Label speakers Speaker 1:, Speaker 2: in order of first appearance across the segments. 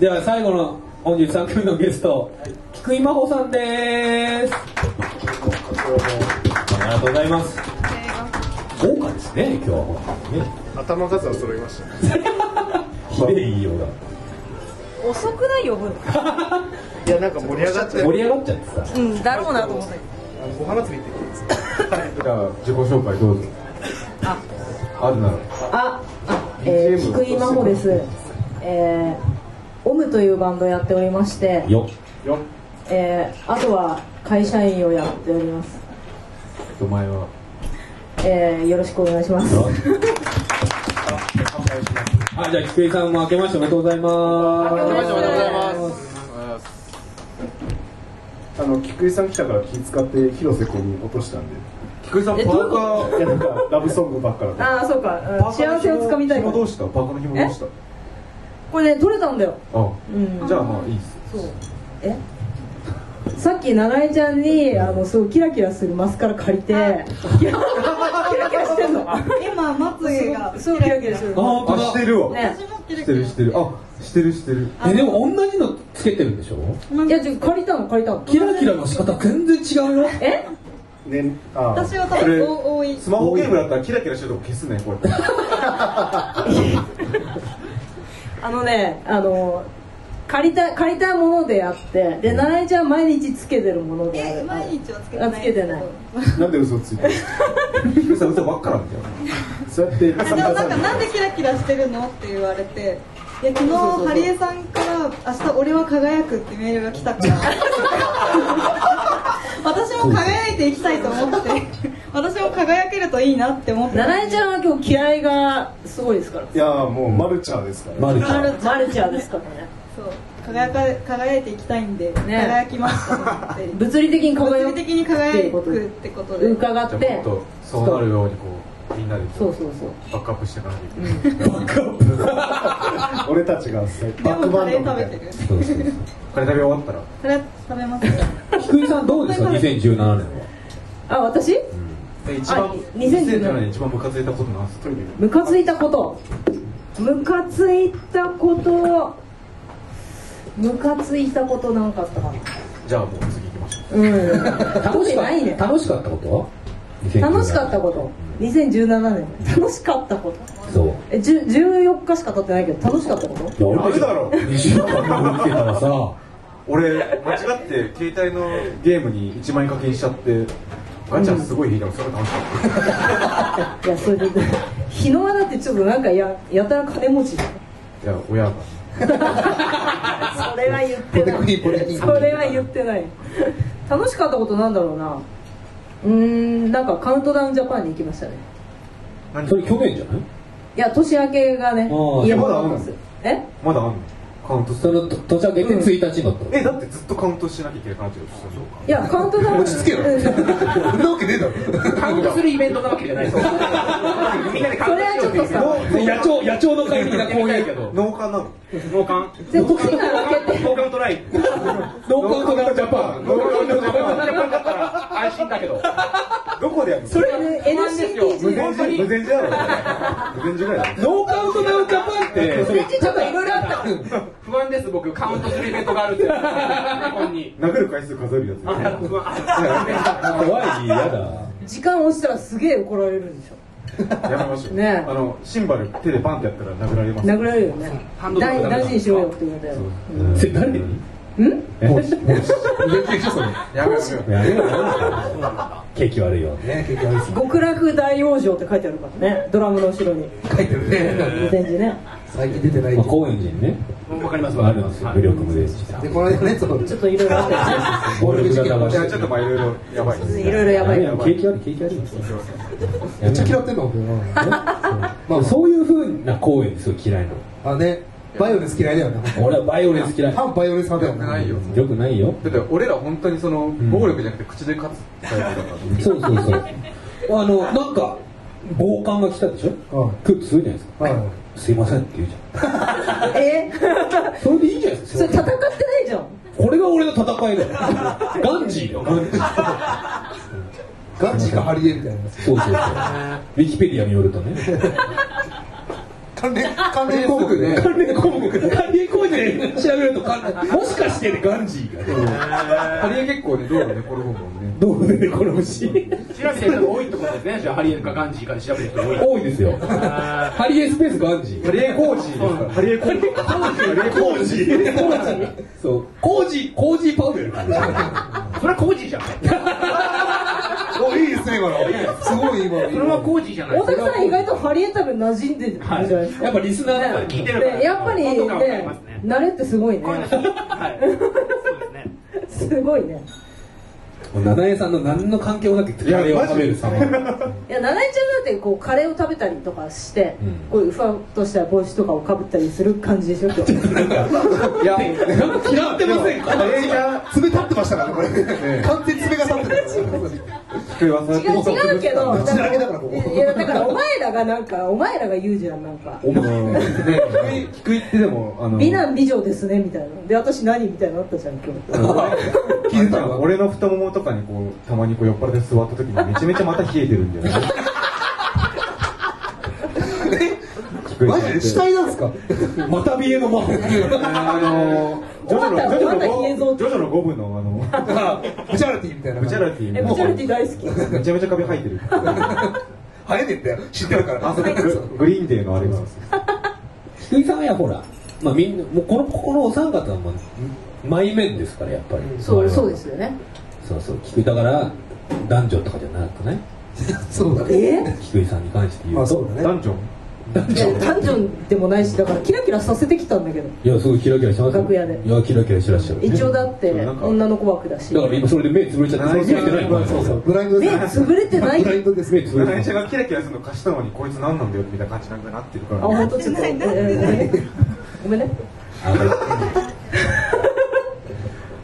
Speaker 1: では最後の本日3組のゲスト、菊井真帆さんですありがとうございます豪華ですね今日はね
Speaker 2: 頭数は揃いましたね
Speaker 1: ひでえ言いようが
Speaker 3: 遅くない呼ぶの
Speaker 2: いやなんか盛り上がって
Speaker 1: 盛り上がっちゃってさ
Speaker 3: うんだろうなと思って
Speaker 2: あのお花釣り行ってきていいですか
Speaker 4: じゃあ自己紹介どうぞあるなら
Speaker 5: あ、あえー、
Speaker 4: BGM
Speaker 5: 菊井真帆です。えー、オムというバンドやっておりまして、
Speaker 1: よ
Speaker 4: よ
Speaker 5: えー、あとは会社員をやっております。
Speaker 4: お前は
Speaker 5: えー、よろしくお願いします。
Speaker 1: あじゃあ菊井さんも明けましておめでとうございます
Speaker 3: 明けましておめでとうござい
Speaker 1: す
Speaker 2: あの菊井さん来たから気使って広瀬君に落としたんで
Speaker 4: 菊井さんパ
Speaker 5: え
Speaker 4: ー
Speaker 5: どういうこ
Speaker 4: カー
Speaker 2: いやなんかラブソングばっかだと
Speaker 5: ああ、そうか、
Speaker 4: パー
Speaker 5: う
Speaker 4: カーの
Speaker 5: ん、幸せをつかみたいから
Speaker 4: 紐どうしたパーカーの紐どうした
Speaker 5: これね、取れたんだよ。
Speaker 4: あ
Speaker 5: うん。
Speaker 4: じゃあまあいいっす
Speaker 5: そう。えさっき長江ちゃんにあのすごいキラキラするマスカラ借りてキラキラキラしてんの
Speaker 3: 今まつげが
Speaker 5: そうキラキラしてる
Speaker 1: あ本
Speaker 4: あ
Speaker 1: 当
Speaker 4: し
Speaker 1: だ
Speaker 4: てるわ
Speaker 5: ね
Speaker 3: 私もキ
Speaker 4: し
Speaker 3: ラ
Speaker 4: て
Speaker 3: キ
Speaker 4: る
Speaker 3: ラ
Speaker 4: してるあしてるしてる
Speaker 1: えでも同じのつけてるんでしょ
Speaker 5: いやちょ借りたの借りたの
Speaker 1: キラキラの仕方全然違うよ
Speaker 5: え
Speaker 2: ねあ
Speaker 3: 私は多
Speaker 4: これ
Speaker 3: 分お多い
Speaker 4: スマホゲームだったらキラキラしてるとこ消すねこ れ
Speaker 5: あのね、あの借りた借りたものであって、で奈良江ちゃんは毎日つけてるものであ
Speaker 3: え
Speaker 5: る。
Speaker 3: 毎日はつけて
Speaker 5: あ
Speaker 3: ない
Speaker 5: つけてない。
Speaker 2: なんで嘘ついてる
Speaker 4: 菊井さん歌ばっかなんだよ
Speaker 2: そうやって
Speaker 3: あでもなんかなん
Speaker 2: で
Speaker 3: でキラキラしてるのって言われていや昨日ハリエさんから「明日俺は輝く」ってメールが来 たから私も輝いていきたいと思って私も輝けるといいなって思って
Speaker 5: 奈良江ちゃんは今日気合がすごいですから。
Speaker 2: いやもうマルチャーですから、
Speaker 1: マルちゃ
Speaker 5: マ
Speaker 1: ん
Speaker 5: ルマルチャーですからね。
Speaker 3: そう輝か輝いていきたいんで、輝きましたって
Speaker 5: 物理的に輝
Speaker 3: 物理
Speaker 5: く
Speaker 3: 的に
Speaker 5: ってい
Speaker 3: 輝
Speaker 5: うこと
Speaker 3: くっ
Speaker 5: で
Speaker 3: てことで
Speaker 5: 伺
Speaker 4: じ
Speaker 5: っ
Speaker 4: ゃあも
Speaker 5: て
Speaker 4: っ、とそうなるようにこうみんなで
Speaker 5: そうそうそう。
Speaker 4: バックアップしていかなきゃいけない
Speaker 2: 俺たちがバ
Speaker 3: で
Speaker 2: ック
Speaker 3: も
Speaker 2: バ
Speaker 3: カ
Speaker 2: ン
Speaker 3: レ
Speaker 2: ド
Speaker 3: ー
Speaker 2: みた
Speaker 3: 食
Speaker 2: い
Speaker 3: べてる
Speaker 1: そうそうそう
Speaker 4: カレー食べ終わったら
Speaker 3: カレー食べます
Speaker 1: 菊井さんどうですか2017年は
Speaker 5: あ、私？
Speaker 4: え一番
Speaker 5: あ2017
Speaker 4: 2017年一番ムカついたことなんですか
Speaker 5: ムカついたこと。ムカついたこと。ムカついたことなんかあったかな。
Speaker 4: じゃあもう次行きましょう
Speaker 5: うん。
Speaker 1: 楽しか
Speaker 5: ない
Speaker 1: っ
Speaker 5: ね
Speaker 1: た。楽しかったことは
Speaker 5: 楽しかったこと。2017年。楽しかったこと。
Speaker 1: とそう
Speaker 5: えじゅ14日しか経ってないけど楽しかったこと
Speaker 1: いや
Speaker 4: ダメだろ
Speaker 1: 2週間も受けたらさ
Speaker 4: 俺間違って携帯のゲームに1万円課金しちゃってガチャすごい引いたのそれ楽しかった
Speaker 5: いやそれで日の輪だってちょっとなんかややたら金持ちじゃん
Speaker 4: いや親が
Speaker 5: それは言ってないそれは言ってない楽しかったことなんだろうなうーんなんかカウントダウンジャパンに行きましたね
Speaker 4: 何
Speaker 1: それ去年じゃない
Speaker 5: いや年明けがね
Speaker 1: ああ
Speaker 5: いや
Speaker 4: まだ
Speaker 5: そうなんですえ
Speaker 4: まだあんのカウントす
Speaker 1: そ
Speaker 4: る
Speaker 1: のと年明けて1日のと、
Speaker 4: えだってずっとカウントしなきゃいけなくなっちゃうその
Speaker 5: いやカウントダウン
Speaker 4: 落ち着けよ
Speaker 5: うんそれ
Speaker 4: そんなわけねえだろ
Speaker 6: カウントするイベントなわけじゃないですみんなでカウント
Speaker 5: はちょっとさ
Speaker 1: 野鳥野鳥の会みんなこういうけど
Speaker 4: 脳幹なの
Speaker 6: 脳幹
Speaker 5: 全部年が明けて
Speaker 6: 脳幹トライ
Speaker 1: ノーカウントダウンジャパン
Speaker 6: 脳幹のだったら安心だけど
Speaker 4: どこでやるの
Speaker 1: それ
Speaker 5: ね
Speaker 6: 不安ですよ
Speaker 5: NCT
Speaker 4: 無
Speaker 5: 中
Speaker 4: 電寺無電寺だろ無電寺ぐらいだろ
Speaker 1: ノーカウントダウンジャパンってそれ
Speaker 5: ちょっといろいろあった
Speaker 6: 不安です僕カウントするイベントがあ るって日本に
Speaker 4: 殴る回数数えるやつ
Speaker 6: あ不安
Speaker 1: 怖い嫌だ
Speaker 5: 時間押したらすげえ怒られるんでしょ
Speaker 4: やめましょう
Speaker 5: ねえ
Speaker 4: あのシンバル手でバンってやったら殴られます
Speaker 5: 殴られるよね
Speaker 6: ハンドドリ
Speaker 5: 大
Speaker 6: ル
Speaker 5: 大事にしろよって言われたよ
Speaker 1: それ誰に
Speaker 5: うん
Speaker 1: え
Speaker 4: もうもうやめろや
Speaker 1: やめ
Speaker 4: めろ
Speaker 1: ろやめろ景気悪いよね景気悪い
Speaker 5: 極楽大往生って書いてあるからねドラムの後ろに
Speaker 7: 書いてるね
Speaker 5: 無電寺ね
Speaker 7: 最近出てない
Speaker 1: ま
Speaker 7: け
Speaker 1: あ、
Speaker 7: ど
Speaker 1: 高円寺にね
Speaker 6: わかります
Speaker 1: あるんですよ武力無礼
Speaker 7: でこの間ねその
Speaker 5: ちょっといろいろあっ
Speaker 1: 暴力沙汰
Speaker 4: いやちょっとまあいろいろやばい
Speaker 5: たいろいろやばい
Speaker 1: やめろ景気悪い景気悪い
Speaker 7: めっちゃ嫌ってんの俺はまあそ
Speaker 1: そういう風な公演すごい嫌いなの
Speaker 7: うあねバイオレンス嫌いだよね
Speaker 1: 俺はバイオレンス嫌い
Speaker 7: 反バイオレンス派だよね
Speaker 4: ないよ
Speaker 1: よくないよ
Speaker 4: だって俺ら本当にその暴力じゃなくて口で勝つタイプだから
Speaker 1: そうそうそうあのなんか暴漢が来たでしょ、
Speaker 7: うん
Speaker 1: クッとするじゃないですか、
Speaker 7: はい
Speaker 1: すいませんって言うじ
Speaker 5: たえ
Speaker 1: ゃんそれでいいじゃないです
Speaker 5: それ
Speaker 1: か
Speaker 5: 戦ってないじゃん
Speaker 1: これが俺の戦いだよガンジーだよガンジー
Speaker 7: ガチかハリエみたいな
Speaker 1: そうそうそうウィキペディアによるとね
Speaker 7: 関連関連項目
Speaker 1: 関連項目関連項目って調べるとかもしかしてねガンジーがね
Speaker 4: ハリエ結構ね、道路で転ぶもんね。
Speaker 1: どうで転ぶし
Speaker 6: 調べてる人が多いってことですね。じゃあハリエかガンジーかで調べる人が多い。
Speaker 1: 多いですよハリエスペースガンジー
Speaker 4: ハリエ工事ですから。ハリエ工事。
Speaker 1: 工事そう工事工事パウエル
Speaker 6: それはコージーじゃない。
Speaker 7: おいいですねこれすごい今
Speaker 6: それはコージーじゃない。
Speaker 5: 大田さん意外とハリエ旅馴染んでるじゃないですか
Speaker 1: やっぱリスナーだから
Speaker 6: 聞いてるから。
Speaker 5: でやっぱりね
Speaker 6: 温度感わかりますね。
Speaker 5: 慣れってすごいね
Speaker 6: こういうの好きはい。そうですね。
Speaker 5: すごいね
Speaker 1: 七重さんの何の関係もなくカレーを食べる様
Speaker 5: いや七井ちゃんだってこうカレーを食べたりとかして、こういうふわっとした帽子とかをかぶったりする感じでしょ今日
Speaker 4: いや、なんか嫌ってませんかハリエが、
Speaker 7: 爪立ってましたからねこ
Speaker 4: え
Speaker 7: れ完全に爪が立ってた
Speaker 4: 机は
Speaker 5: 違う違うけど
Speaker 7: うちだけだからここ
Speaker 5: いやだからお前らがなんかお前らが言うじゃんなんか
Speaker 4: お前、ね、低い、低いってでも、あの、
Speaker 5: 美男美女ですねみたいなで私何みたいなのあったじゃん今日
Speaker 4: 聞いたら俺の太ももとかにこうたまにこう酔っ払って座った時にめちゃめちゃまた冷えてるんだよねえ
Speaker 7: マジで死体なんですか
Speaker 1: また見えの魔法
Speaker 4: あのジョジョのジョジョのゴジョジョのゴムのあの
Speaker 7: ブチャラティみたいな
Speaker 4: ブチャラ
Speaker 7: テ
Speaker 4: ティ
Speaker 5: え
Speaker 4: も
Speaker 5: ブチャル
Speaker 4: う
Speaker 5: ティ大好き
Speaker 4: めちゃめちゃカビ生えてる
Speaker 7: ィ生えてんだよ知ってるから
Speaker 4: あそこググリーンデーのあれが
Speaker 1: 菊井さんやほらまあみんなもうこのこのお三方はもう毎面ですからやっぱり
Speaker 5: そうそうですよね
Speaker 1: そうそう菊井だから男女とかじゃなくね
Speaker 7: そうだね
Speaker 5: え
Speaker 1: 菊井さんに関して言うと、
Speaker 7: まあそうだ
Speaker 4: ダ
Speaker 7: ね
Speaker 4: ンジョン
Speaker 5: いや単純でもないしだからキラキラさせてきたんだけど
Speaker 1: いやすごいキラキラしてますよ
Speaker 5: 楽屋で
Speaker 1: いやキラキラしてらっしゃる、ね、
Speaker 5: 一応だって
Speaker 4: なんか
Speaker 5: 女の子枠だし
Speaker 1: だから今それで目つぶれちゃってそれつぶれてないもんね
Speaker 7: そうそうブラインド
Speaker 5: 目
Speaker 7: です
Speaker 5: 潰れてない
Speaker 7: ブラインドです
Speaker 1: 目つぶれて
Speaker 4: 会
Speaker 1: ない
Speaker 4: 社がキラキラするの貸したのにこいつ何なんだよみたいな感じになってるか
Speaker 5: あ
Speaker 4: ら、
Speaker 5: 本当 ちょっと
Speaker 3: なってないなって
Speaker 5: えーごめんね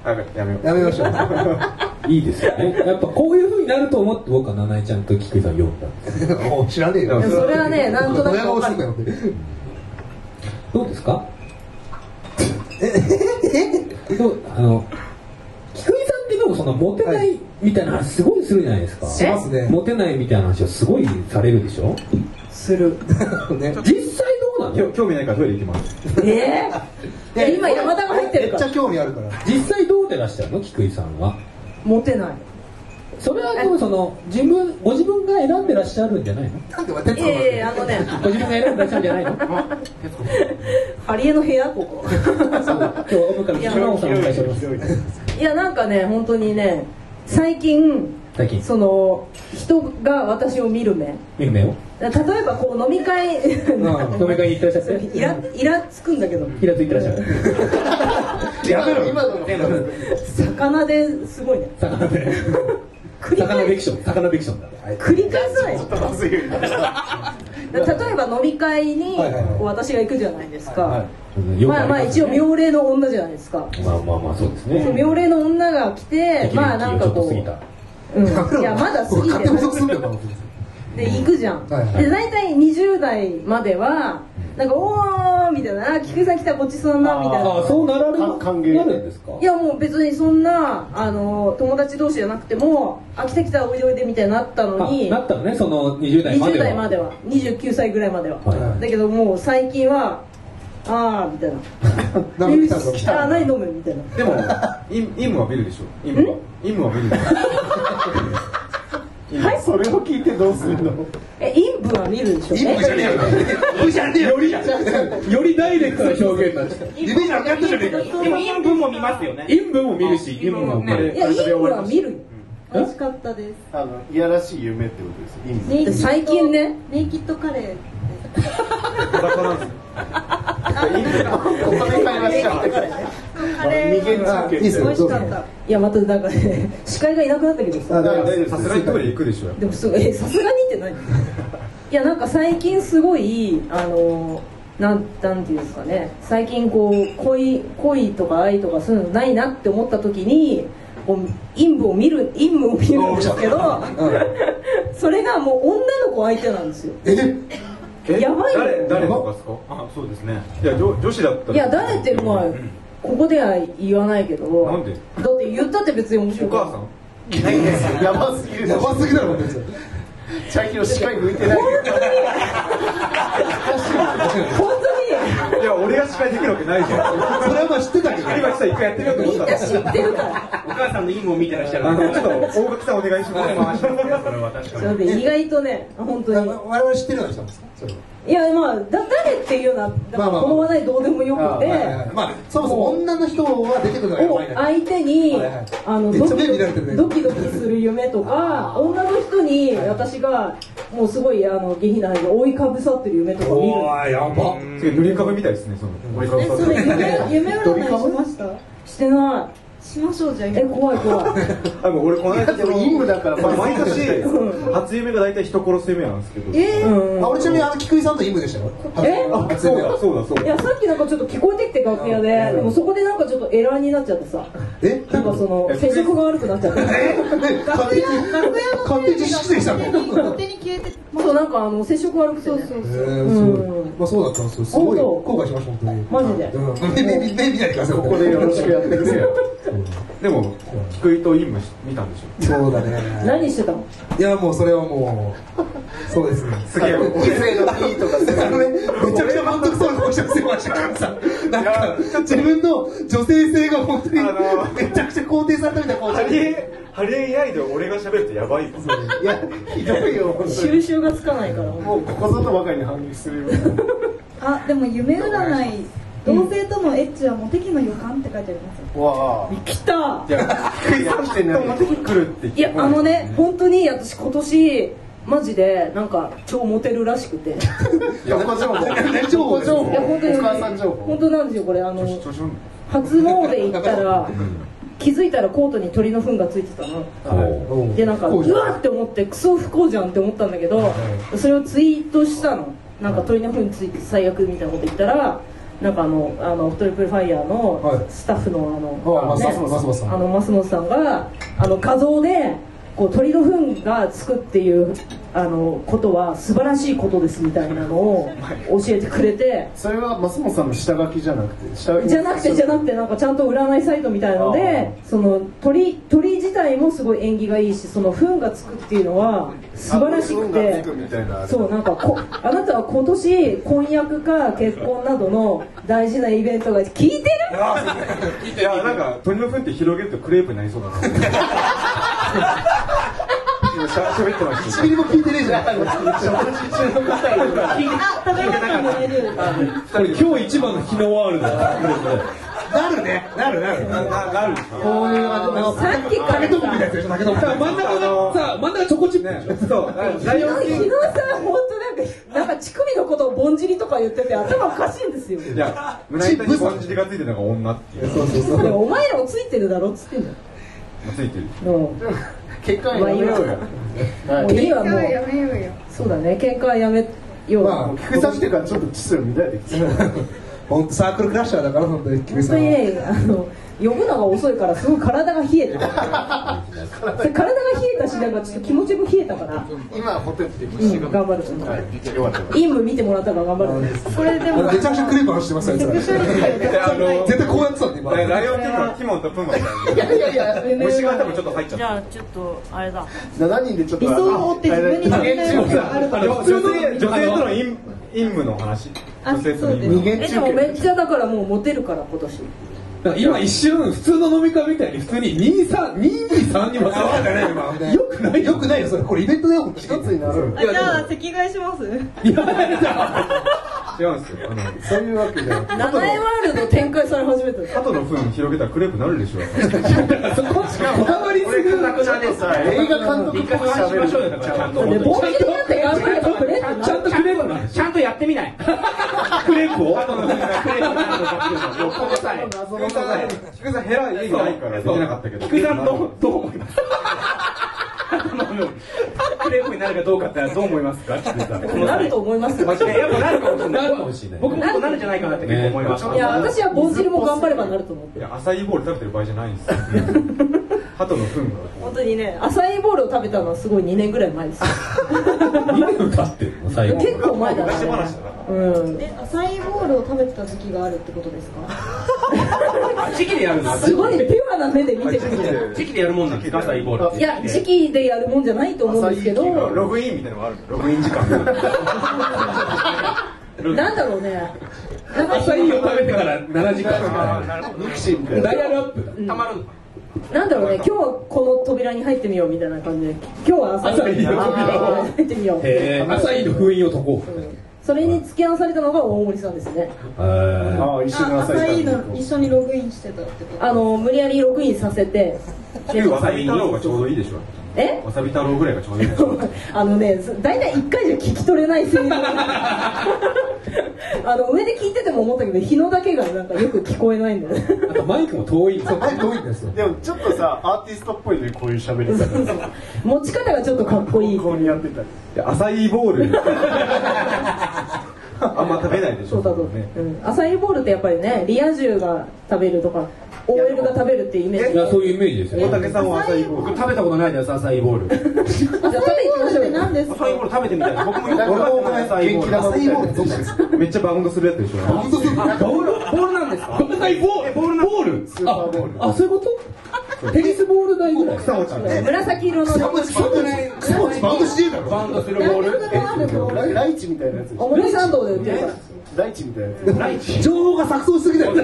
Speaker 4: あやめよう
Speaker 7: やめましょう
Speaker 1: いいですよねやっぱこういう風になると思って僕は七重ちゃんと菊井さんを呼んだんです
Speaker 7: お知らねえよ
Speaker 5: いやそれはねなんとなくわか
Speaker 7: 親
Speaker 5: る
Speaker 7: 顔してたよ
Speaker 1: どうですかどうあの菊井さんってでもそのモテな
Speaker 7: はい
Speaker 1: みたいな話すごいするじゃないですか、
Speaker 7: しますね
Speaker 1: モテないみたいな話をすごいされるでしょ
Speaker 5: する
Speaker 7: ね
Speaker 1: 実際どうな
Speaker 4: 今
Speaker 1: の
Speaker 4: 日興味ないからトイレ行きます
Speaker 5: えーいや今山田が入って
Speaker 7: め
Speaker 5: る
Speaker 7: っ
Speaker 5: か
Speaker 7: ちゃ
Speaker 5: ら
Speaker 7: 興味あるから
Speaker 1: 実際どうでらっしゃるの菊井さんは
Speaker 5: モテない
Speaker 1: それはでもその自分ご自分が選んでらっしゃるんじゃないの
Speaker 7: なんで待っ
Speaker 5: い
Speaker 7: て
Speaker 5: やいやいやあのね
Speaker 1: ご自分が選んでらっしゃるんじゃないの
Speaker 5: ハリエの部屋ここ
Speaker 1: 今日はお迎えしてお迎えしております
Speaker 5: いやなんかね本当にね最近
Speaker 1: 最近
Speaker 5: その人が私を見る目
Speaker 1: 見る目を
Speaker 5: 例えばこう飲み会
Speaker 1: 飲み会に行ってらっしゃって
Speaker 5: イライラつくんだけど
Speaker 1: イラついてらっしゃる
Speaker 7: やめろ今の
Speaker 5: 魚ですごいね
Speaker 1: 魚で
Speaker 5: 繰り
Speaker 1: 魚フィ
Speaker 5: 返
Speaker 1: ク
Speaker 5: す
Speaker 1: ション魚フィクションだ
Speaker 5: 繰り返さないでしょ例えば飲み会に
Speaker 7: はいはいはい
Speaker 5: こう私が行くじゃないですか
Speaker 1: よく
Speaker 5: まあまあ
Speaker 1: りす
Speaker 5: 一応
Speaker 1: ね
Speaker 5: 妙齢の女じゃないですか
Speaker 1: まあまあまあそうですね
Speaker 5: そう妙齢の女が来て
Speaker 1: 適
Speaker 5: まあ
Speaker 1: 齢
Speaker 5: なん
Speaker 1: 期
Speaker 5: か
Speaker 1: をちょっ
Speaker 5: こと
Speaker 1: 過ぎた
Speaker 5: ううんい やまだ過ぎ
Speaker 7: 勝手
Speaker 5: てな
Speaker 7: 補
Speaker 5: い
Speaker 7: 足すんだよな
Speaker 5: で行くじゃん、
Speaker 7: はいはい
Speaker 5: で大体20代まではなんか「おー」みたいなあ「菊井さん来たごちそうな」みたい
Speaker 1: ああ
Speaker 5: な
Speaker 1: そうなられる
Speaker 2: か歓迎
Speaker 1: なるんですか
Speaker 5: いやもう別にそんなあの友達同士じゃなくても「あ来た来たおいでおいで」みたいになったの
Speaker 1: あ
Speaker 5: に
Speaker 1: なったのねその20代まで
Speaker 5: 20
Speaker 1: は
Speaker 5: 代までは29歳ぐらいまでは、
Speaker 1: はい
Speaker 5: だけどもう最近は「あー」みたいな
Speaker 7: なんか来たぞ
Speaker 5: えーあー何飲むみたいな
Speaker 4: でもイムイムはビルでしょイムはイムはビルでしょ
Speaker 5: はい
Speaker 2: それを聞いてどうするの
Speaker 5: えインブは見るでしょ
Speaker 7: インプじゃねえよイじゃねえよリ
Speaker 1: よりダイレクトな表現だし
Speaker 7: ベンジャーやったじゃねえか
Speaker 6: でも陰部も見ますよね。
Speaker 1: 陰部も見るし陰部も見
Speaker 5: い
Speaker 1: る
Speaker 5: やインブは見るよ
Speaker 3: 美味しかったです
Speaker 2: あのいやらしい夢ってことです意味
Speaker 3: ネイキッド
Speaker 5: 最近ね
Speaker 3: ネイキッドカレー
Speaker 4: 裸なんですよ
Speaker 2: お金買いました
Speaker 3: カレー
Speaker 2: 逃げん
Speaker 7: あ
Speaker 2: 中
Speaker 7: い
Speaker 2: 継
Speaker 7: いっす
Speaker 3: 美
Speaker 7: よど
Speaker 3: 味し
Speaker 7: うぞ
Speaker 3: かった
Speaker 5: いやまたなんかね視界がいなくなったけどさ
Speaker 7: あ大丈夫です
Speaker 4: さすがにトイレ行くでしょやっぱ
Speaker 5: でもすごいえさすがにって何いやなんか最近すごいあのなんなんていうんですかね最近こう恋恋とか愛とかそういうのないなって思った時にこう陰部を見る陰部を見るんですけど それがもう女の子相手なんですよ
Speaker 7: え
Speaker 4: え
Speaker 5: やばいよ
Speaker 4: 誰誰とかですかあそうですねいや女女子だったら
Speaker 5: いや誰ってまあここでは言わないけど
Speaker 4: なんで
Speaker 5: だって言ったって別に面白
Speaker 4: お
Speaker 5: くない
Speaker 4: 母さん
Speaker 2: やばすぎる
Speaker 7: やばすぎだろ別に
Speaker 2: チャイキの視界向いてない
Speaker 5: 本当に
Speaker 4: いや、俺が司会できるわけないじゃん。
Speaker 7: それはまあ知ってたけど
Speaker 4: 今さ、一回やってみようと思
Speaker 5: み
Speaker 4: っ
Speaker 5: ん
Speaker 4: た
Speaker 5: な知ってるから
Speaker 6: お母さんの陰謀見てらっしゃ る
Speaker 4: あの、ちょっと、大垣さんお願いし
Speaker 6: 声
Speaker 4: ま
Speaker 6: 回し
Speaker 4: す。
Speaker 6: ますねそれは確か
Speaker 5: ちょっ
Speaker 6: に
Speaker 5: と意外とね本当
Speaker 7: あ
Speaker 5: に
Speaker 7: の我々知ってるような人なんですかそれはい
Speaker 5: やまあだ誰っていうのはだからこの話題どうでもよくて、
Speaker 7: はいはいはいまあそもそも女の人は出てくるのが
Speaker 5: を
Speaker 7: 弱いな
Speaker 5: 相手に、
Speaker 7: はいはい
Speaker 5: あの
Speaker 7: めっ
Speaker 5: ド
Speaker 7: ちゃ目見られてる
Speaker 5: キ
Speaker 7: ね
Speaker 5: ドキドキする夢とか女の人に私がもうすごいあの下品な話で覆いかぶさってる夢とか見る
Speaker 7: ーやば
Speaker 4: 次、塗り壁みたいですね、その。俺か
Speaker 3: え
Speaker 4: ら
Speaker 3: それ夢夢占いしました
Speaker 5: してな
Speaker 3: しましょうじゃあ
Speaker 5: い
Speaker 3: 今
Speaker 5: え怖い怖 い
Speaker 4: あの、俺、この間、
Speaker 2: でも陰夢だから
Speaker 4: まあ毎年、初夢が大体人殺す夢なんですけど。
Speaker 3: えー
Speaker 5: うん
Speaker 7: あ俺ちなみにあの菊井さんとイムでしたよ
Speaker 5: え
Speaker 4: あ、そうだ、そうだ、そう
Speaker 5: い
Speaker 4: だ。
Speaker 5: やさっきなんかちょっと聞こえてきて楽屋ででもそこでなんかちょっとエラーになっちゃってさ
Speaker 7: え
Speaker 5: なんかその
Speaker 4: え
Speaker 5: 接触が悪くなっちゃって
Speaker 7: え勝手に勝手に指揮できたの
Speaker 3: 勝手に消えて
Speaker 5: そうなんかあの接触悪くて、
Speaker 3: そ
Speaker 5: ね、
Speaker 3: うそう
Speaker 7: え
Speaker 3: そう
Speaker 7: ーすごいまあそうだったんですよすごい
Speaker 5: 本
Speaker 7: 後
Speaker 5: 当
Speaker 7: 悔しました本当
Speaker 5: マ
Speaker 7: に
Speaker 5: ジで
Speaker 7: うん目目目見ないでください
Speaker 4: ここでよろしくやってくれよ。でも、菊井と陰夢見たんでしょ。
Speaker 7: そうだね
Speaker 5: 何してたの
Speaker 7: いやもうそれはもうそうですね
Speaker 4: すげえよ。
Speaker 2: いいとかす
Speaker 7: あのね、めちゃくちゃ満足そうな顔してましたからさ、なんか自分の女性性が本当に
Speaker 4: あのー
Speaker 7: めちゃくちゃ肯定されたみたいな顔
Speaker 4: ハ
Speaker 7: し
Speaker 4: リ
Speaker 7: て
Speaker 4: エ、ハリエAI で俺が喋るとやばいよ。
Speaker 2: いや、ひどいよ、本当に
Speaker 5: 収集がつかないから
Speaker 2: もうここぞとばかりに反撃するよ。
Speaker 3: あでも夢占い同性とのエッチはモテ期の予感って書いてありますよ
Speaker 2: わあ。
Speaker 5: 来た
Speaker 4: いや、菊井さんってね、持ってくるって言っ
Speaker 5: い
Speaker 4: て
Speaker 5: やあのね本当に私今年マジでなんか超モテるらしくてい
Speaker 2: 横情報。
Speaker 7: 何情報
Speaker 2: 横情報。
Speaker 5: や本当に
Speaker 2: お母さん情報。
Speaker 5: 本当なんですよこれあ
Speaker 4: 調子
Speaker 5: の
Speaker 4: 調子乗んの
Speaker 5: 初詣行ったら気づいたらコートに鳥の糞がついてたの
Speaker 1: お
Speaker 7: うん
Speaker 5: でなんかう
Speaker 7: こうじゃん
Speaker 5: わって思ってクソ不幸じゃんって思ったんだけどそれをツイートしたのなんか鳥の糞について最悪みたいなこと言ったらなんかあのあのトリプルファイヤーの
Speaker 7: はい
Speaker 5: スタッフのあの、
Speaker 7: あマスマスマスマス
Speaker 5: あの増本さんがあの画像でこう鳥の糞がつくっていうあのことは素晴らしいことですみたいなのを教えてくれて
Speaker 2: それは松本さんの下書きじゃなくて、下書き。
Speaker 5: じゃなくてじゃなくてなんかちゃんと占いサイトみたいのでその鳥鳥自体もすごい縁起がいいしその糞がつくっていうのは素晴らしく
Speaker 2: 運が
Speaker 5: て
Speaker 2: つく。みたいな。
Speaker 5: そうなんかこあなたは今年婚約か結婚などの大事なイベントが聞いてる
Speaker 4: いや、なんか、鳥の糞って広げるとクレープになりそうだな。今しゃ喋ってました
Speaker 7: 1ミリも聞いてねえじゃん
Speaker 3: あ高山さんも寝る
Speaker 1: これ今日一番の日のワールドだ
Speaker 7: なるねなるなる
Speaker 4: なななるでしょ
Speaker 7: こういうあの
Speaker 5: さっきか
Speaker 7: 竹
Speaker 5: ら
Speaker 7: とぶみたいなやつでしょ竹とぶみたいな
Speaker 1: 真ん中がさ真ん中チョコチップでしょ
Speaker 4: そう、ライオンキン
Speaker 5: 日
Speaker 4: グ。
Speaker 5: 野さん、本当なんか、なんか乳首のことをぼんじりとか言ってて、頭おかしい んですよ。
Speaker 4: いや、胸板にぼんじりがついてるのが女っていう。
Speaker 7: そうそうそう
Speaker 5: お前らもついてるだろっつってんだよ。
Speaker 4: ついてる。
Speaker 5: も
Speaker 2: 結果やめようよ。
Speaker 5: ういいわ、も
Speaker 3: や
Speaker 5: う。
Speaker 3: めようよ
Speaker 5: そうだね、喧嘩やめよう。
Speaker 7: ま
Speaker 5: 本
Speaker 7: あ
Speaker 2: 菊井さんっていうか、ちょっと知性乱れてきて。
Speaker 7: 本当サークルクラッシャーだから本当に菊井さ
Speaker 5: 当
Speaker 7: ん
Speaker 5: に
Speaker 7: は
Speaker 5: ね、あの、呼ぶのが遅いから、すごい体が冷えた。それ体が冷えたし、なんかちょっと気持ちも冷えたから。
Speaker 2: 今ホテルで
Speaker 5: うん、頑張る。インム見てもらったから頑張るね。
Speaker 3: これでも
Speaker 7: めちゃくちゃクレープ話してますよあいつら
Speaker 3: セクシャリティ
Speaker 4: で、あの、
Speaker 7: 絶対こうやってたんで今
Speaker 4: ライオンキングのキモンとプンバ みたいな。虫が多分ちょっと入っちゃった。
Speaker 8: ゃあちょっとあれだ
Speaker 2: 7人でちょっと
Speaker 3: 理想を追って自分に問題をがあるから
Speaker 4: 女性、女性との陰陰夢の話。
Speaker 3: あ
Speaker 4: 女性との陰
Speaker 2: 無
Speaker 4: 夢。
Speaker 2: 限
Speaker 5: え、でもめっちゃだからもうモテるから今年。
Speaker 1: だから今一瞬普通の飲み会みたいに普通に23223にも触ったね今
Speaker 7: よくないよくないよそれこれイベントだよ本当に
Speaker 2: 一つになろうよ
Speaker 3: あじゃあ席替えします
Speaker 4: 違うんですよ。あの、
Speaker 2: そういうわけじゃなくて
Speaker 5: 名前ワールド展開され始めた。
Speaker 4: 鳩の糞広げたらクレープなるでしょ。
Speaker 1: そこしかこだわりすぎる
Speaker 2: 映画監督っぽく喋る
Speaker 1: ちゃんと
Speaker 5: で、ぼんじりになって頑張ればくれってな
Speaker 1: ちゃんとクレープなんです
Speaker 6: ちゃんとやってみない
Speaker 4: クレープを鳩の糞がクレープになる
Speaker 2: 横でさえ謎の答え
Speaker 4: 菊井さんヘラいいないからできなかったけど
Speaker 6: 菊井さんどうどう思いますクレープになるかどうかってどう思いますかって言ったら
Speaker 5: なると思いますよ
Speaker 6: いややっぱなるかもしれない
Speaker 1: なるかもしれない
Speaker 6: 僕もなるんじゃないかなって結構思いました
Speaker 5: いや私はぼんじりも頑張ればなると思って
Speaker 4: い
Speaker 5: る
Speaker 4: やアサイーボール食べてる場合じゃないんですよ鳩の糞
Speaker 5: 本当にねアサイーボールを食べたのはすごい2年ぐらい前ですよ
Speaker 1: 2年経ってるの最後
Speaker 5: 結構前だ
Speaker 4: 昔話だ
Speaker 5: ね
Speaker 4: な
Speaker 5: うん
Speaker 3: えアサイーボールを食べてた時期があるってことですか
Speaker 6: 時期でやるの
Speaker 5: すごいピュアな目で見てくるじゃ
Speaker 6: 時期でやるもんなんですかサイボール
Speaker 5: んいや時期でやるもんじゃないと思うんですけど
Speaker 4: がログインみたいなのがあるのログイン時間
Speaker 5: なんだろうねなんか
Speaker 1: 朝日を食べてから7時間し
Speaker 6: あ
Speaker 1: か
Speaker 6: ーなるほど
Speaker 2: ミクシーみたいな
Speaker 1: ダイヤルアップだ
Speaker 6: たまるのか
Speaker 5: なんだろうね今日はこの扉に入ってみようみたいな感じで今日は朝
Speaker 1: 朝日の扉を
Speaker 5: あー入ってみよう、
Speaker 1: えー朝日の封印を解こう
Speaker 5: うんそれに付き合わされたのが大森さんですね
Speaker 1: あ
Speaker 2: ああ一緒に
Speaker 3: あ
Speaker 2: 朝
Speaker 3: 朝い
Speaker 2: 日
Speaker 3: いの一緒にログインしてたってこと
Speaker 5: あの無理やりログインさせて
Speaker 4: 旧わさび太郎がちょうどいいでしょ
Speaker 5: え
Speaker 4: わさび太郎ぐらいがちょうどいいでしょ
Speaker 5: あのねす大体1回じゃ聞き取れない声量あの上で聞いてても思ったけど日野だけがなんかよく聞こえないんだよね
Speaker 1: ーあとマイクも遠い
Speaker 7: あれどういうんですよ
Speaker 2: でもちょっとさアーティストっぽいねこういう喋り方
Speaker 5: 持ち方がちょっとかっこいい
Speaker 2: こうにやってたり
Speaker 4: でアサイーボールあんま食べないでし
Speaker 5: そ
Speaker 4: ょ
Speaker 5: うだと、うん、アサイーボールってやっぱりねリア充が食べるとか OL が食べるっていうイメージ
Speaker 1: いやそういうイメージですよ
Speaker 4: 大
Speaker 1: ね
Speaker 4: 竹さんはアサイーボール
Speaker 7: 食べたことないです朝イボール
Speaker 5: あじゃあ食べ行きましょう
Speaker 3: って
Speaker 5: よ
Speaker 3: 何です
Speaker 4: ア
Speaker 3: か
Speaker 4: サイーボール食べてみたいな僕もよく
Speaker 2: 俺も
Speaker 4: アサイーボ
Speaker 2: 元気玉
Speaker 4: ー
Speaker 7: 朝
Speaker 2: み
Speaker 7: イ
Speaker 2: たい
Speaker 7: ボールってどん
Speaker 2: なやつ
Speaker 7: なやつ
Speaker 4: ルめっちゃバウンドするやつでしょ
Speaker 7: 本当そう
Speaker 6: ボールボールなんですか
Speaker 1: 大体ボールボールボールああそういうことテニスボール台ぐらい
Speaker 4: 草落ちみたいな
Speaker 5: 紫色の
Speaker 7: 草餅草餅草餅バウンドしてるだろ
Speaker 6: バウンドするボー
Speaker 3: 弾
Speaker 6: ル
Speaker 3: 力のあるボール
Speaker 2: ライライチみたいなやつでしょ
Speaker 5: 表参道で売ってるから
Speaker 2: ライチみたいなやつ
Speaker 6: ライチ
Speaker 7: 情報が錯綜しすぎだよ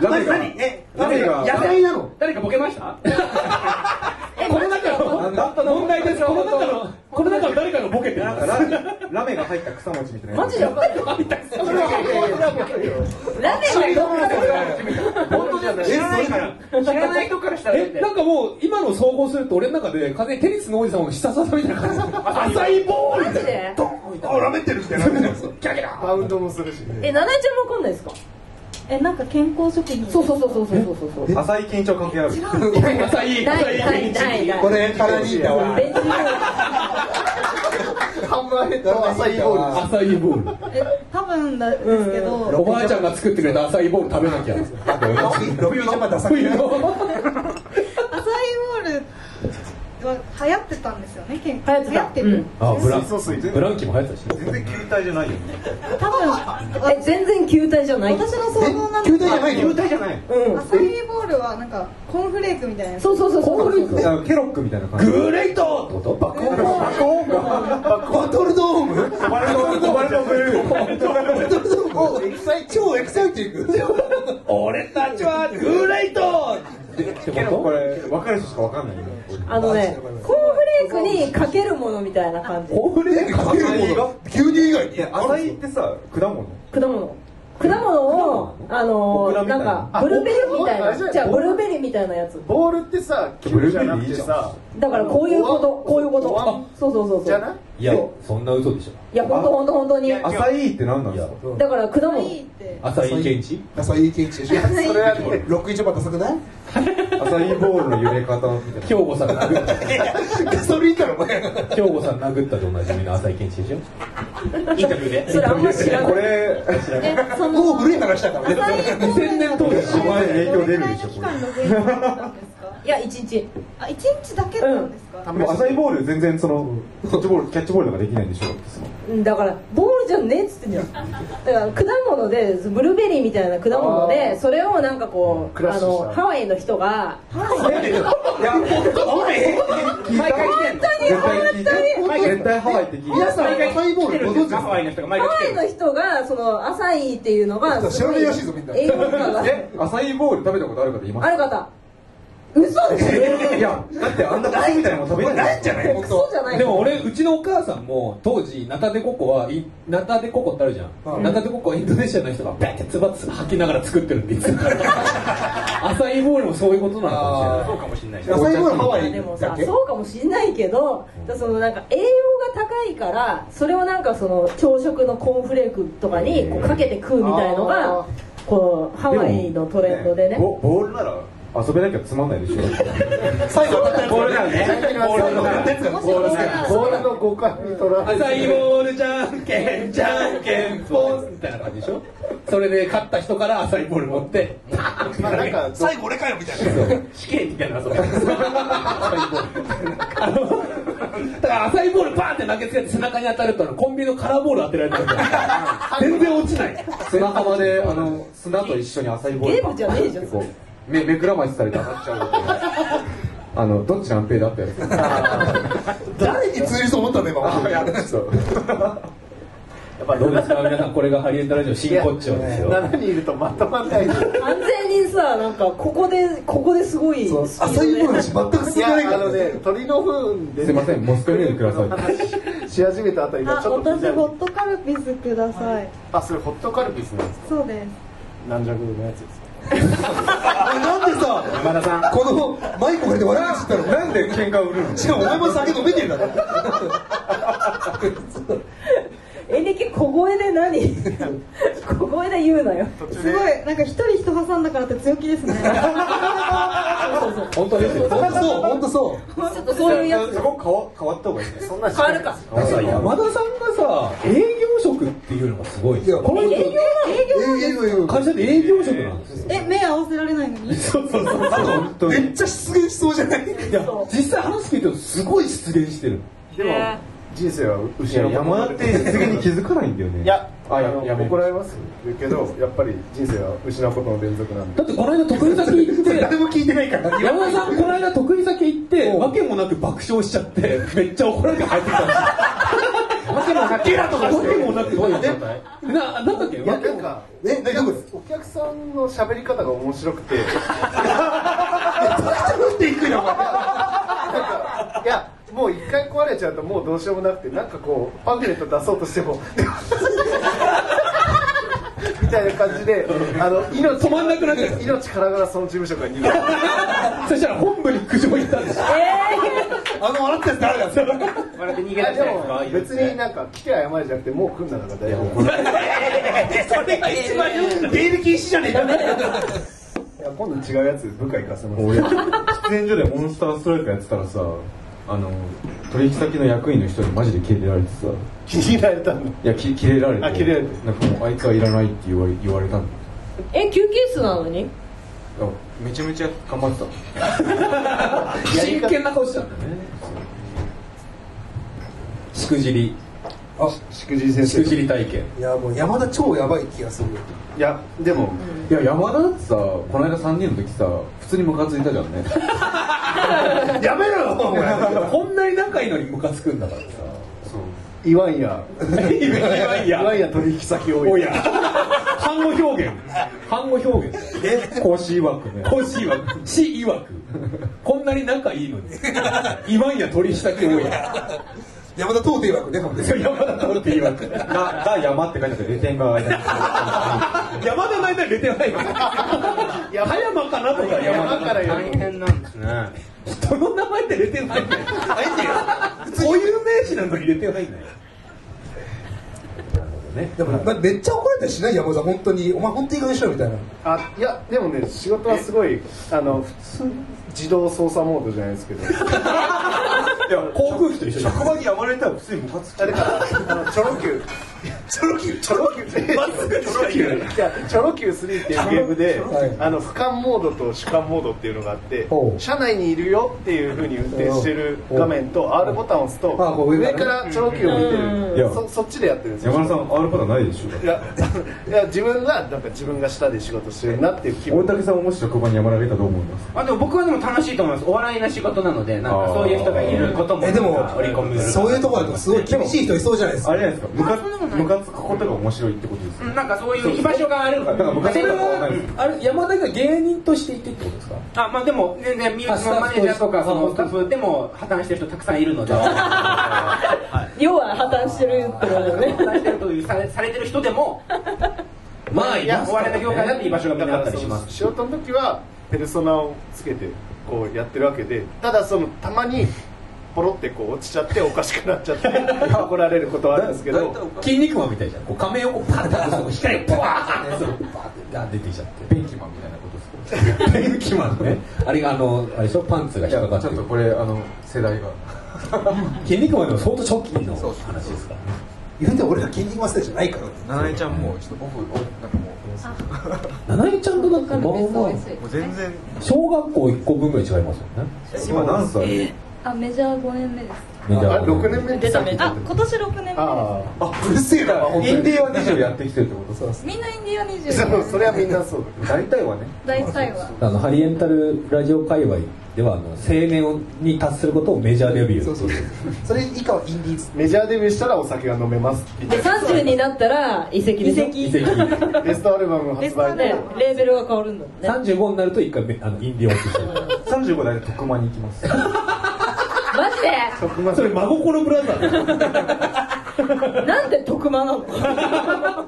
Speaker 4: 誰がえ誰が
Speaker 7: 野菜なの
Speaker 6: 誰かボケました
Speaker 1: この中
Speaker 4: なんだ
Speaker 1: の問題ですよこの中のこの中の誰かがボケてる
Speaker 4: なんかラメラメが入った草餅みたいな
Speaker 5: マジで分かるラーメンがどっから
Speaker 6: 本当です知らないから知らない人からしたらだっ
Speaker 1: え
Speaker 6: て
Speaker 1: なんかもう今の総合すると俺の中で完全にテニスの王子さんをひさささみたいな感じ浅いボール
Speaker 5: マジで
Speaker 7: あラメってるみたいな
Speaker 2: バウンドもするしね
Speaker 5: え七重ちゃんも分かんないですか
Speaker 3: えなんか健康食品
Speaker 5: そうそうそうそうそうそうそう
Speaker 4: 浅い緊張関係ある
Speaker 1: 浅い
Speaker 5: ないないないない
Speaker 7: これパラリータは
Speaker 5: ベンチボール
Speaker 2: ハンマーヘッドは朝イボール
Speaker 1: 浅いボー
Speaker 3: え多分なんですけど、
Speaker 1: ルおばあちゃんが作ってくれた浅いボール食べなきゃ
Speaker 7: ロビーのまた
Speaker 1: 冬の
Speaker 3: アサイーボールは流行ってたんですよね健
Speaker 5: 流行ってた
Speaker 3: る、
Speaker 5: うん
Speaker 1: あブラン
Speaker 2: 水素水
Speaker 1: ブランキーも流行ったし
Speaker 4: 全然球体じゃないよ
Speaker 3: 多分
Speaker 5: え全然球体じゃない
Speaker 3: 私の想像なんで
Speaker 7: 球
Speaker 3: す
Speaker 7: 体じゃないの
Speaker 4: 球体じゃない
Speaker 5: うん
Speaker 3: アサイーボールはなんかコーンフレークみたいなやつ
Speaker 5: そうそうそうそう
Speaker 4: あのケロックみたいな感じ
Speaker 1: グレートってことバコンバコン
Speaker 7: バトルドーム
Speaker 4: バルコンバルコンブルー
Speaker 7: バトルドーム超エキサイティング
Speaker 1: 俺たちはグレートってって
Speaker 4: ケロ
Speaker 1: こ
Speaker 4: ことれ分かる人しか分かんないよ
Speaker 5: あのねコーンフレークにかけるものみたいな感じ
Speaker 1: コーンフレーク
Speaker 7: かけるもの牛乳以外
Speaker 4: いや浅いってさ果物
Speaker 5: 果物果物をあの
Speaker 4: オ
Speaker 5: ー
Speaker 4: クラみた
Speaker 5: ないん
Speaker 4: な
Speaker 5: かブルーベリーみた
Speaker 2: あオク
Speaker 5: い
Speaker 2: ラ
Speaker 5: なじゃあブルーベリーみたいなやつ
Speaker 2: ボールってさ球じゃなくてさ
Speaker 5: だからこういうことこういうこ
Speaker 2: お
Speaker 5: と
Speaker 2: 椀
Speaker 5: そうそうそう
Speaker 2: じ
Speaker 5: そ
Speaker 2: ゃ
Speaker 5: う
Speaker 2: ない
Speaker 1: いやそんな嘘でしょ
Speaker 5: いや本当本当本当にだ
Speaker 4: 浅いって何なんですか
Speaker 5: から果
Speaker 3: いいっ
Speaker 5: 物
Speaker 3: て
Speaker 1: 浅いケンチ
Speaker 7: 朝いいケンチでしょ
Speaker 2: それはね
Speaker 7: 六一番ダサくない
Speaker 4: 浅いボールの揺れ方みたいな
Speaker 1: 兵庫さん殴った
Speaker 7: ガソリンだろお前
Speaker 1: 兵庫さん殴ったでおなじみの浅いケンチでしょ
Speaker 6: インタビューで
Speaker 5: それあんま知らな
Speaker 4: こ
Speaker 5: い
Speaker 4: れ
Speaker 3: えその
Speaker 7: もう古い話だからね
Speaker 3: 2000
Speaker 1: 年当時
Speaker 4: お前に影響出るでしょ
Speaker 3: 期
Speaker 4: これ
Speaker 3: 間ログインだったんですか
Speaker 5: いや一日
Speaker 3: あ一日だけなんですか、
Speaker 4: もう浅いボール全然そのキャッチボールキャッチボールとかできないんでしょ
Speaker 5: うんだからボールじゃねえっつってんじゃんだから果物でブルーベリーみたいな果物
Speaker 2: あ
Speaker 5: でそれをなんかこ
Speaker 2: ク
Speaker 5: う
Speaker 2: ラッ
Speaker 5: あ
Speaker 2: シュした
Speaker 5: のハワイの人が
Speaker 4: いや絶対聞い
Speaker 6: 毎回来てんの
Speaker 4: て絶対ハワイって聞いて
Speaker 7: 皆さん
Speaker 6: 毎
Speaker 7: 朝
Speaker 6: 回
Speaker 7: イボ
Speaker 6: 来て
Speaker 7: ール
Speaker 6: る
Speaker 7: ご
Speaker 6: んで
Speaker 7: 存
Speaker 6: す
Speaker 7: 知
Speaker 6: かハワイの
Speaker 7: で
Speaker 6: 人
Speaker 5: ハ
Speaker 6: が毎
Speaker 5: ワ
Speaker 6: 回
Speaker 5: イ
Speaker 6: 来て
Speaker 5: の
Speaker 6: る
Speaker 5: 人がその浅いっていうのが
Speaker 7: 知らないらしいぞみんな
Speaker 5: 栄養価が
Speaker 4: え浅いボール食べたことある方います
Speaker 5: ある方嘘でしょ
Speaker 4: いやだってあんなカスみたいなの食べない
Speaker 7: ないんじゃない本
Speaker 5: クソ
Speaker 7: 当
Speaker 5: じゃない
Speaker 1: でも俺うちのお母さんも当時ナタデココはいナタデココってあるじゃん、
Speaker 7: うん
Speaker 1: ナタデココはインドネシアの人がベッてつばつば吐きながら作ってるって言ってたから浅いボールもそういうことなのかもしれない
Speaker 7: あ
Speaker 6: そ
Speaker 7: 朝
Speaker 6: うかもしれない
Speaker 7: イボールハワ
Speaker 5: あ
Speaker 7: イ
Speaker 5: でも
Speaker 7: だ
Speaker 5: さ
Speaker 7: っけ
Speaker 5: そうかもしんないけどだそのなんか栄養が高いからそれをなんかその朝食のコーンフレークとかにこうかけて食うみたいの
Speaker 2: あ
Speaker 5: がこうハワイのトレンドでね
Speaker 4: ボボールなら遊べなきゃつまんないでしょ
Speaker 7: 最後当たったやつ
Speaker 6: ボールだよね
Speaker 7: 最後当たったやつが
Speaker 3: もし俺が
Speaker 2: ボールの誤解に取られ
Speaker 1: 浅
Speaker 2: て
Speaker 1: いボールじゃんけんじゃんけんポンみたいな感じでしょそれで勝った人から浅いボール持ってパーンって
Speaker 2: まあなんか
Speaker 7: 最後俺かよみたいな
Speaker 1: 死刑みたいな遊びあのだから浅いボールパーンって投げつけて背中に当たるとあのコンビニのカラーボール当てられたんだよ全然落ちない
Speaker 4: 砂浜であの砂と一緒に浅いボール
Speaker 5: ゲームじゃねえじゃん
Speaker 4: こう目目くらましされて当たっちゃうっていうあのどっち安平だったや
Speaker 7: 誰に通じそう思ったんだよ今
Speaker 4: つそう
Speaker 1: やっぱどうですか皆さんこれがハリエンタラジオ真骨頂ですよ
Speaker 2: 7人いるとまとまんない
Speaker 5: 完全にさなんかここでここですごい
Speaker 7: そう浅い部分話全く
Speaker 2: い
Speaker 7: 進
Speaker 2: や
Speaker 7: まないか
Speaker 2: あ
Speaker 7: ら
Speaker 2: のね鳥の糞です
Speaker 4: いませんモスクワメールください
Speaker 2: 話し始めたあたりが
Speaker 3: あ
Speaker 2: ちょっと
Speaker 3: 私ホ
Speaker 2: 乱れ
Speaker 3: ットカルピスください、
Speaker 2: あそれホットカルピスなんですか
Speaker 3: そうです
Speaker 2: 軟弱のやつですか
Speaker 7: あなんでさ
Speaker 2: 山田さん
Speaker 7: このマイク借りて笑ってたの
Speaker 4: なんで喧嘩売るの
Speaker 7: しかもお前も酒飲めてるだろ
Speaker 5: えりき小声 で何小声で言うなよ
Speaker 2: 途中
Speaker 3: す
Speaker 2: で
Speaker 3: ごいなんか一人人挟んだからって強気ですね
Speaker 1: 本当ですよ
Speaker 7: 本当そう本当そう
Speaker 5: ちょっとそういうやつ
Speaker 4: そこ変わ変わった方がいいね
Speaker 2: そんな
Speaker 5: 変わるか
Speaker 1: あのさ山田さんがさ営業職っていうのがすごいですよ
Speaker 7: いやこの人
Speaker 1: この人
Speaker 7: 営業営業
Speaker 1: 会社で営業職なんですよ
Speaker 3: え目合わせられないのに
Speaker 1: そうそうそう
Speaker 7: あとめっちゃ失言しそうじゃない
Speaker 1: いや実際話聞いてるとすごい失言してる
Speaker 2: でも人生は
Speaker 4: い
Speaker 2: 後
Speaker 4: や
Speaker 2: ろ
Speaker 4: 山田って次に気づかないんだよね
Speaker 2: いや
Speaker 4: あ
Speaker 2: あ
Speaker 4: や
Speaker 2: の
Speaker 4: やめ
Speaker 2: 怒られますけどやっぱり人生は失うことの連続なんで
Speaker 1: だってこの間得意先行 って
Speaker 7: 誰も聞いてないから
Speaker 1: 山田さんこの間得意先行ってわけもなく爆笑しちゃってめっちゃ怒られて帰 ってきたんですよわけもなくわけもなくななんだっけ
Speaker 2: いやなんか
Speaker 7: え大丈夫
Speaker 2: お客さんの喋り方が面白くてい
Speaker 7: 食っていくよお前
Speaker 2: やもう一回壊れちゃうともうどうしようもなくてなんかこうパンフレット出そうとしてもみたいな感じであの命
Speaker 1: 止まんなくなっちゃう
Speaker 2: 命からがらその事務所が逃げる
Speaker 1: そしたら本部に苦情行ったんですよ
Speaker 7: あの笑ったやつ誰だ
Speaker 6: 笑って逃
Speaker 2: い
Speaker 6: げ出
Speaker 2: や
Speaker 6: し
Speaker 2: で
Speaker 6: たやつが
Speaker 2: も
Speaker 6: いるんで
Speaker 2: 別
Speaker 6: すね
Speaker 2: になんか来て謝るじゃなくてもう来んなら大丈夫
Speaker 7: 出入り禁止じゃねえか
Speaker 2: いや今度違うやつ部下行かせます
Speaker 4: 俺喫煙所でモンスターストライクやってたらさあの取引先の役員の人にマジでキレられてさい
Speaker 2: 気に入られたの
Speaker 4: やきキレられて
Speaker 2: あキレられて
Speaker 4: なんかもうあいつはいらないって言われ言われたんだ
Speaker 5: え休憩室なのに
Speaker 4: いやめちゃめちゃ頑張ってた
Speaker 1: 真剣な顔してたんだねしくじり
Speaker 2: しくじり先
Speaker 1: しく
Speaker 2: 生
Speaker 1: じり体験
Speaker 7: いやもう山田超やばい気がする
Speaker 2: いやでも
Speaker 4: いや山田ってさこの間3人の時さ普通にムカついたじゃんね
Speaker 7: やめろよお前
Speaker 1: こんなに仲いいのにムカつくんだからさ
Speaker 2: 言わんや
Speaker 1: いやい
Speaker 2: 言
Speaker 1: や
Speaker 2: わんや取引先多い
Speaker 1: おや反語表現反語表現
Speaker 4: 講師曰くね
Speaker 1: 講師曰く師曰くこんなに仲いいのに言わんや取引先多いや
Speaker 7: 山田通っていわけねほんで
Speaker 1: 山田通って曰く
Speaker 4: がが山って書いてあってレテンが間に
Speaker 1: 山田の間に出てないから葉山かなとか山
Speaker 2: 山
Speaker 1: 田
Speaker 2: からよ
Speaker 6: 大変なんですね
Speaker 1: 人の名前って出てないんだよ固有名詞なのに出てないんだよ
Speaker 7: でもまめっちゃ怒られたりしない山田本当にお前本当にいい加減しろみたいな
Speaker 2: あいやでもね仕事はすごいあの普通自動操作モードじゃないですけど
Speaker 4: いや航空機と一緒職場に山田いたら普通にムカつく
Speaker 2: あだからあのチョロ Q
Speaker 7: チョロキュー
Speaker 2: チョロ Q ってまっすぐチョロ Q いやチョロ Q3 っていうゲームで、
Speaker 7: はい
Speaker 2: あの俯瞰モードと主観モードっていうのがあって
Speaker 7: ほう
Speaker 2: 車内にいるよっていうふうに運転してる画面と R ボタンを押すと
Speaker 7: あこう上
Speaker 2: 上
Speaker 7: か
Speaker 2: かららチョロ Q を見てる
Speaker 4: いや
Speaker 2: そそっちでやってるんですよ
Speaker 4: 山田さん R パターンないでしょ
Speaker 2: いや いや自分がなんか自分が下で仕事してるなっていう気
Speaker 4: 大
Speaker 2: 分
Speaker 4: 竹さんももし職場に山田がいたらどう思います
Speaker 6: あでも僕はでも楽しいと思いますお笑いの仕事なのでなんかそういう人がいることも
Speaker 7: えでも
Speaker 6: 織り込む
Speaker 7: そういうとこだとすごい厳しい人いそうじゃないです
Speaker 4: あ
Speaker 7: か
Speaker 4: れじゃないですかムカムカつくことが面白いってことですよ
Speaker 6: うんなんかそういう居場所があるか
Speaker 4: だから
Speaker 6: ら
Speaker 4: ムカつ
Speaker 1: そ
Speaker 4: く
Speaker 1: れ
Speaker 4: ことがない
Speaker 1: は
Speaker 4: ですよ
Speaker 1: あれ山田が芸人としていてってことですか
Speaker 6: あまあでも全然ミュージ
Speaker 1: あ
Speaker 6: のマネージャーとか
Speaker 1: スタッ
Speaker 6: そ
Speaker 1: フ
Speaker 6: のスタッフでも破綻してる人たくさんいるので
Speaker 5: 要は破綻してるってことだ
Speaker 6: 破
Speaker 5: ね
Speaker 6: 綻してるというされされてる人でも
Speaker 1: まあ
Speaker 6: いやお笑いの業界だって居場所がみ
Speaker 2: だ
Speaker 6: んな
Speaker 2: か
Speaker 6: あっ
Speaker 2: ら
Speaker 6: たり
Speaker 2: そ
Speaker 6: し
Speaker 2: の
Speaker 6: ます
Speaker 2: 仕事の時はペルソナをつけてこうやってるわけでただそのたまにポロってこう落ちちゃっておかしくなっちゃって 怒られることはあるんですけど
Speaker 1: 筋肉マンみたいじゃんこう仮面をこうパッと外すと光がバーッてバーッてガーッ出てきちゃって
Speaker 4: ベンキマンみたいなことですか
Speaker 1: ペンキマンねあれがあのあれでしょパンツが
Speaker 4: い
Speaker 1: 引っ
Speaker 4: や
Speaker 1: かかって
Speaker 4: ちょっと
Speaker 1: る
Speaker 4: これあの世代が
Speaker 1: 筋肉マンでも相当初期の話ですから
Speaker 7: 言うて俺が筋肉マスターじゃないからって
Speaker 8: 七重ちゃんもちょっとオフなんかもう
Speaker 1: 七重ちゃんとだってまあまあ
Speaker 8: もう全然
Speaker 1: 小学校1個分ぐらい違いますよね
Speaker 4: 今何歳
Speaker 3: あメジャー5年目です
Speaker 4: メジャー
Speaker 2: 6年目って
Speaker 9: 出た
Speaker 2: さっき
Speaker 9: 目
Speaker 2: 言
Speaker 9: だ
Speaker 2: っ
Speaker 3: あ
Speaker 2: てた
Speaker 3: 今年6年目で
Speaker 2: あ
Speaker 4: あうるせえなインディーは20やってきてるってことさ
Speaker 3: すみんなインディア
Speaker 2: あそうそ
Speaker 3: 20
Speaker 2: れはみんなそう
Speaker 4: 大体はね
Speaker 3: 大体は
Speaker 1: あのハリエンタルラジオ界隈ではあの青年に達することをメジャーデビュー
Speaker 7: そうそうそうそれ以下はインディーズ
Speaker 2: だメジャーデビューしたらお酒が飲めますみたい
Speaker 5: で30になったら移籍でしょ
Speaker 1: 遺
Speaker 3: 遺
Speaker 1: 跡
Speaker 2: なベストアルバム
Speaker 3: レ
Speaker 2: 発
Speaker 3: スト
Speaker 2: 売
Speaker 3: ラン で
Speaker 5: ねレーベルが変わるんだもんね
Speaker 1: 35になると一回めあのインディオンってする
Speaker 4: 35代で特間に行きます
Speaker 5: マジで
Speaker 2: 特番
Speaker 1: それ真心ブラザーだ
Speaker 5: なんで特間なの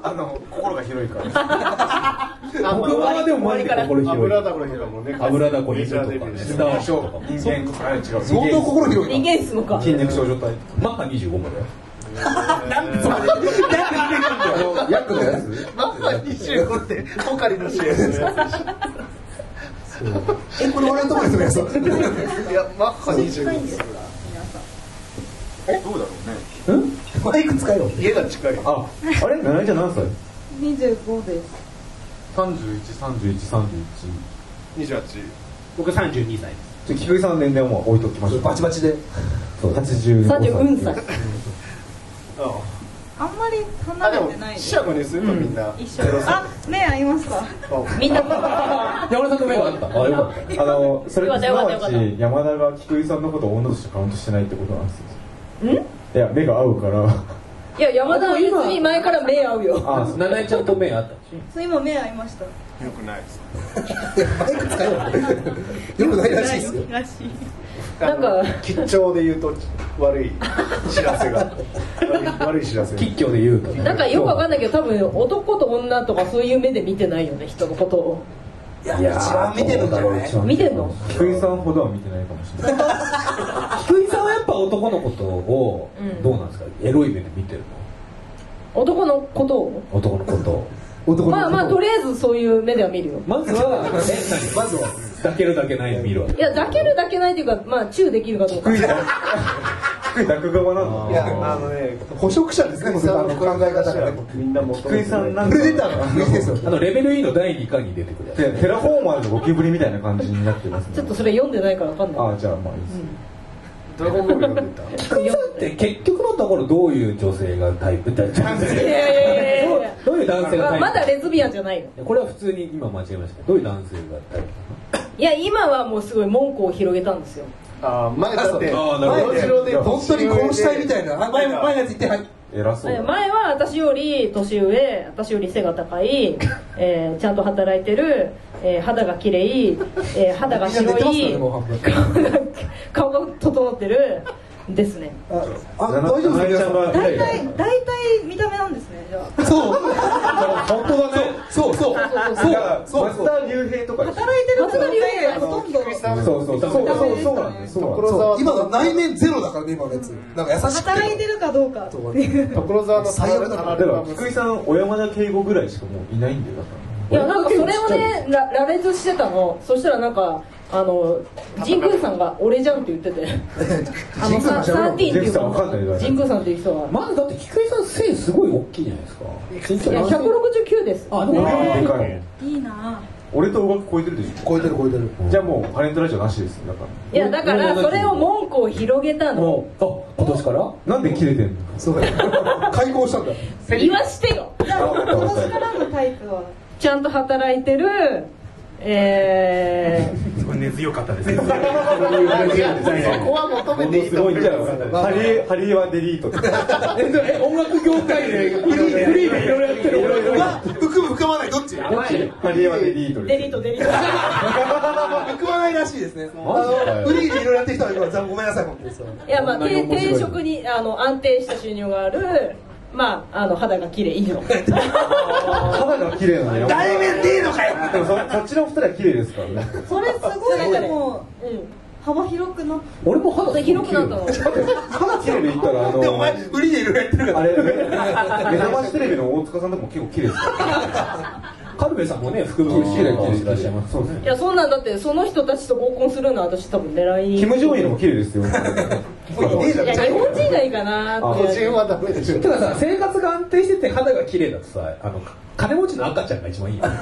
Speaker 4: あの心が広いから
Speaker 1: 僕はでもマジで心広い
Speaker 2: 油だこれとかもね
Speaker 1: 油だこにする
Speaker 2: メジ
Speaker 1: と
Speaker 2: ャ
Speaker 1: か
Speaker 2: ーデビュー
Speaker 1: スターショーとか
Speaker 4: 人間国あれ違う
Speaker 7: 相当心広い
Speaker 5: 人間室のか
Speaker 4: 筋肉症状態
Speaker 1: マッハ25まで
Speaker 4: あのヤックのやつ
Speaker 2: ママ25ってポカリの CM で すね
Speaker 7: えこれ俺のところですよねそう
Speaker 2: いやマッハ25です
Speaker 7: マイク使えよ
Speaker 2: 家が近い
Speaker 4: ああれ七重ちゃん何歳
Speaker 3: 25です
Speaker 4: 313131
Speaker 2: 28
Speaker 1: 僕32歳
Speaker 4: ちょ菊井さんの年齢はもう置いときましょう
Speaker 7: バチバチで
Speaker 4: そう85歳
Speaker 5: 34歳
Speaker 2: あ
Speaker 3: あんまり
Speaker 2: あ
Speaker 3: 離
Speaker 2: で
Speaker 3: れ
Speaker 2: も
Speaker 3: てないで
Speaker 2: 四
Speaker 3: す
Speaker 2: 捨五入するとみんな
Speaker 3: 一緒あ目合いました
Speaker 5: みんな
Speaker 1: 山田さんの目があったあよかった
Speaker 4: あのそれ
Speaker 5: よか
Speaker 4: す
Speaker 5: った
Speaker 4: な
Speaker 5: よかったよ
Speaker 4: わ
Speaker 5: かっ
Speaker 4: ち山田が菊井さんのことを女としてカウントしてないってことなんですよいや目が合うから
Speaker 5: いや山田は別に前から目合うよ
Speaker 4: あ
Speaker 1: 七重ちゃんと目あった
Speaker 3: そう今目合いました
Speaker 2: よくないです
Speaker 7: マイク使えよよくないらしいですよ
Speaker 3: らしい
Speaker 5: なんか
Speaker 2: あの吉兆で言うと悪い知らせが悪い悪い知 らせが
Speaker 1: 吉祥で言うと
Speaker 5: なんかよくわかんないけど多分男と女とかそういう目で見てないよね人のことを
Speaker 7: いや一番見てるんじゃない
Speaker 5: 見てんの
Speaker 4: 菊井さんほどは見てないかもしれない
Speaker 1: 菊井さんはやっぱ男のことを
Speaker 5: うん
Speaker 1: どうなんですかエロい目で見てる
Speaker 5: 男のことを
Speaker 1: の男のことを
Speaker 7: 男の
Speaker 5: まあまあとりあえずそういう目では見るよ
Speaker 1: まずはえ何まずは抱けるだけないの見るわけ
Speaker 5: いや抱ける抱けないっていうかまあチューできるかどうか
Speaker 4: 菊井さん菊井落語なの
Speaker 2: いやあのね
Speaker 7: 捕食者ですねもうそれあの考え方がね
Speaker 2: みんな求
Speaker 4: 菊井さんなん
Speaker 7: プ
Speaker 4: か
Speaker 7: レデターが いいですよ
Speaker 1: あのレベル E の第2巻に出てくるや
Speaker 4: テテラフォーマーズのゴキブリみたいな感じになってますね
Speaker 5: ちょっとそれ読んでないからわかんない
Speaker 4: あじゃあまあいいです、
Speaker 2: ドラゴンボール読んで
Speaker 1: つ菊井さんって結局のところどういう女性がタイプだ
Speaker 5: いやいやいやいや
Speaker 1: どういう男性がタ
Speaker 5: まあ
Speaker 1: イプ
Speaker 5: まだレズビアンじゃないよ
Speaker 1: これは普通に今間違えましたけどどういう男性がタイプ
Speaker 5: いや今はもうすごい門戸を広げたんですよ
Speaker 2: たあー前だって
Speaker 1: あーなるほど
Speaker 2: 前後ろで
Speaker 7: 本当に殺したいみたいなあ前前のやつ言ってはい
Speaker 4: 偉そうだ
Speaker 5: 前は私より年上私より背が高い、えーちゃんと働いてる、えー肌が綺麗、えー肌が
Speaker 7: みんな寝
Speaker 5: 白
Speaker 7: てますから
Speaker 5: い
Speaker 7: ねもう半分
Speaker 5: 顔が 顔が整ってるですね
Speaker 7: ああ大丈夫
Speaker 4: 七重
Speaker 7: で
Speaker 4: ち
Speaker 7: す
Speaker 4: ゃん
Speaker 7: か
Speaker 4: が
Speaker 3: 大体大体見た目なんですねじゃあ
Speaker 7: 皆さんそう
Speaker 4: 本当だね
Speaker 7: そうそう
Speaker 4: そうそう
Speaker 7: そう
Speaker 4: 松田龍平とかでしょ
Speaker 3: 働いてる
Speaker 5: 松田龍平
Speaker 3: 方がほとんど
Speaker 4: そうそうそうそうそうそうなんですそうなんです
Speaker 2: 所沢
Speaker 7: 今の内面ゼロだからね今のやつなんか優しく
Speaker 3: 働いてるかどうか
Speaker 7: そうね
Speaker 2: 所沢の
Speaker 7: 最悪だ
Speaker 4: だから福井さん小山田圭吾ぐらいしかもういないんだよだから
Speaker 5: いやなんかそれをねら羅列してたのそしたらなんかあの神宮さんが「俺じゃん」って言っててあのさ
Speaker 4: 神宮さん
Speaker 5: 13っていう人
Speaker 4: 神宮さんわかんないから
Speaker 5: 神宮さんっていう人が
Speaker 1: まずだって菊井さん背すごい大きいじゃないですか身長
Speaker 5: いや
Speaker 1: 何センチ
Speaker 5: 169です
Speaker 1: あでも
Speaker 4: でかい
Speaker 3: いいな
Speaker 4: 俺と大垣超えてるでし
Speaker 7: 超えてる超えてる
Speaker 4: ょじゃあもうハレントラジオなしですよだから
Speaker 5: いやだからそれを門戸を広げたの
Speaker 1: もうあ今年から
Speaker 4: なんで切れてんの
Speaker 7: そうだよ開口したんだ
Speaker 5: 言わしてよ
Speaker 3: じゃあ今年からのタイプは
Speaker 5: ちゃんと働いてるえ
Speaker 4: 根強かったですね
Speaker 2: いやそこは求めていい
Speaker 4: す
Speaker 2: と
Speaker 4: ご
Speaker 2: 思う
Speaker 4: いじゃあハリーハリーはデリート
Speaker 1: えでもえ音楽業界でフリーフリーでいろいろやってる俺
Speaker 7: うわ浮く浮かばないどっ ち浮
Speaker 4: ハリーはデリート
Speaker 5: ー
Speaker 4: で
Speaker 5: デ
Speaker 4: す
Speaker 5: リートデリート
Speaker 7: かばないらしいですね
Speaker 1: マジかよ
Speaker 7: あのフリーでいろいろやってきたら今ざんごめんなさい本当に
Speaker 5: いやまあ
Speaker 1: こんなに
Speaker 5: 定
Speaker 1: 面白い
Speaker 5: 定職にあの安定した収入があるまああの肌が綺麗いいの
Speaker 4: 肌が綺麗なのよ
Speaker 7: 内面でいいのかよ
Speaker 4: でもそそっちのお二人は綺麗ですからね
Speaker 3: それすごいでも
Speaker 5: うん
Speaker 3: 幅広くなって
Speaker 1: 俺も肌すごい
Speaker 5: 広くなったの
Speaker 4: 肌綺麗で言ったらあの
Speaker 7: でお前フリーでいろいろやってるから
Speaker 4: あれ目覚ましテレビの大塚さんとかも結構綺麗ですから
Speaker 1: カルベさんもね福袋
Speaker 4: 綺麗綺麗
Speaker 1: いらっしゃいます
Speaker 4: そうですね
Speaker 5: いやそんなんだってその人たちと合コンするのは私多分狙い
Speaker 4: キム・ジョンイルも綺麗ですよ。
Speaker 5: もういや日本人がいいかなって
Speaker 2: 個人はダメでしょ
Speaker 1: てかさ生活が安定してて肌が綺麗だとさあの金持ちの赤ちゃんが一番いいよ
Speaker 7: 安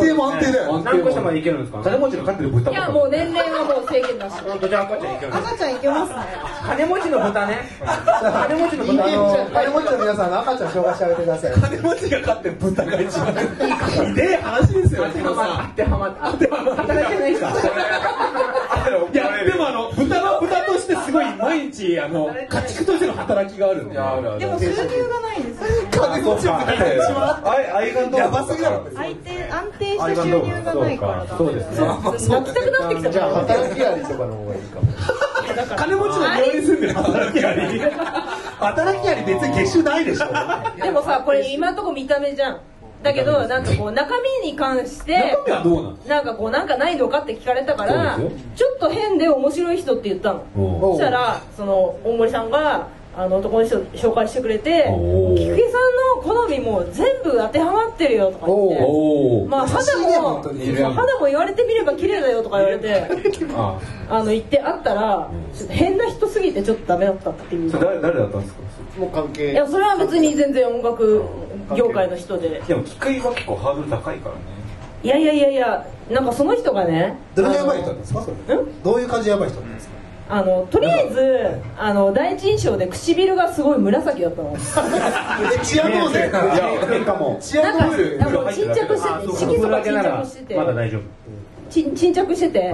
Speaker 7: 定も安定だよ。
Speaker 1: 何個下ま
Speaker 6: でいけるんですか
Speaker 1: 金持ちの飼ってる豚
Speaker 5: いやもう年齢はもう制限なし
Speaker 6: じゃあ赤ちゃんいける
Speaker 3: 赤ちゃんいけますね
Speaker 6: 金持ちの豚ね金持ちの豚
Speaker 9: あの金持ちの皆さんの赤ちゃん紹介してあげてくださ い
Speaker 1: 金持ちが飼ってる豚が一番いいひでえ話ですよ
Speaker 6: 当てはまってはまって
Speaker 1: でも働けないか。いやでもあの豚は豚としてすごい毎日あの家畜としての働きがあるんで。
Speaker 3: でも収入がないんですよ
Speaker 7: 金持ちは
Speaker 4: だってあい愛玩動
Speaker 7: やばすぎだろ。
Speaker 3: 安定安定した収入がないからだ
Speaker 1: そうですね。
Speaker 5: 泣きたくなってきた
Speaker 2: じゃあ
Speaker 5: から
Speaker 2: 働きありとかの方がいいかも
Speaker 1: 金持ちの庭に住んでる働きあり。
Speaker 7: 働きあり別に月収ないでしょ。
Speaker 5: でもさこれ今んとこ見た目じゃんだけどなんかこう中身に関して
Speaker 1: 中身はどうなの？
Speaker 5: なんかこうなんかないのかって聞かれたから
Speaker 1: そうです
Speaker 5: ちょっと変で面白い人って言ったの
Speaker 1: お
Speaker 5: そしたらその大森さんがあの男の人紹介してくれて
Speaker 1: おー
Speaker 5: 菊池さんの好みも全部当てはまってるよとか言って
Speaker 1: おお。
Speaker 5: まあ肌
Speaker 9: 優しいね
Speaker 5: も
Speaker 9: 本当にいるよ
Speaker 5: 肌も言われてみれば綺麗だよとか言われて
Speaker 4: あ
Speaker 5: あの言ってあったらちょっと変な人すぎてちょっとダメだったっていう
Speaker 4: それ誰誰だったんですか
Speaker 2: もう関係
Speaker 5: いやそれは別に全然音楽業界の人で
Speaker 4: でも機械は結構ハードル高いからね
Speaker 5: いやいやいやいやなんかその人がね
Speaker 7: どれがやばい人なんですかそれ
Speaker 5: ん
Speaker 7: どういう感じでやばい人なんですか
Speaker 5: あのとりあえずあの第一印象で唇がすごい紫だったの
Speaker 7: え治安納税
Speaker 4: いや変かも
Speaker 7: 治安納税
Speaker 5: なんか沈着してて色素が沈着してて
Speaker 6: 大丈夫
Speaker 5: ちん沈着してて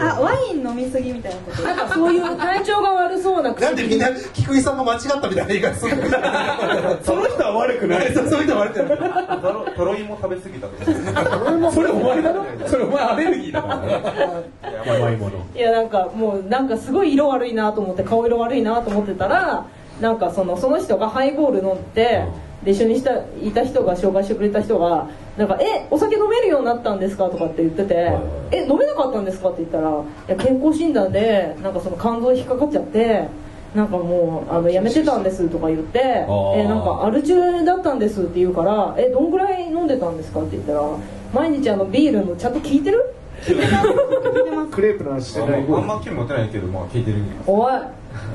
Speaker 3: あワイン飲みすぎみたいなこと
Speaker 5: なんかそういう体調が悪そうな
Speaker 7: なんでみん
Speaker 5: 唇
Speaker 7: な菊井さんが間違ったみたいな言い方するんだ
Speaker 1: その人は悪く ない。
Speaker 7: そうそういうの割れてる
Speaker 4: とろとろいも食べ過ぎたとか
Speaker 1: それお前だろ。それお前アレルギーだから。やばいもの。
Speaker 5: いやなんかもうなんかすごい色悪いなと思って顔色悪いなと思ってたらなんかそのその人がハイボール飲んでで一緒にしたいた人が紹介してくれた人が「なんかえお酒飲めるようになったんですか?」とかって言ってて「え飲めなかったんですか?」って言ったらいや健康診断でなんかその肝臓引っかかっちゃって。なんかもうあのやめてたんですとか言ってえなんかアル中だったんですって言うからえどんぐらい飲んでたんですかって言ったら毎日あのビールのちゃんと聞いてる
Speaker 2: クレープの話してない
Speaker 4: あんま興味持てないけどまあ聞いてるんや
Speaker 5: おい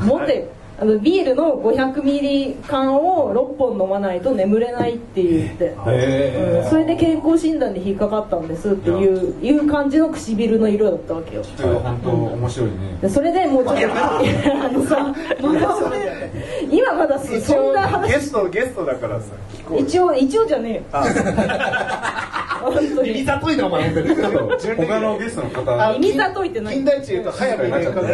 Speaker 5: 持ってよあのビールの500ミリ缶を6本飲まないと眠れないって言って、
Speaker 1: へ
Speaker 5: うんそれで健康診断で引っかかったんですっていういう感じの唇の色だったわけよ
Speaker 4: それは本当面白いね
Speaker 5: でそれでもうちょっとい やあのさ今まだそ
Speaker 2: 一
Speaker 5: そん
Speaker 2: 応
Speaker 5: な
Speaker 2: ゲ
Speaker 5: 話
Speaker 2: ストゲストだからさ聞こう
Speaker 5: 一応一応じゃねえよ本当に
Speaker 7: 耳たといたお前本当に
Speaker 4: 他のゲストの方
Speaker 2: あ
Speaker 5: 耳たといてない
Speaker 2: 金田一言うと早く言うから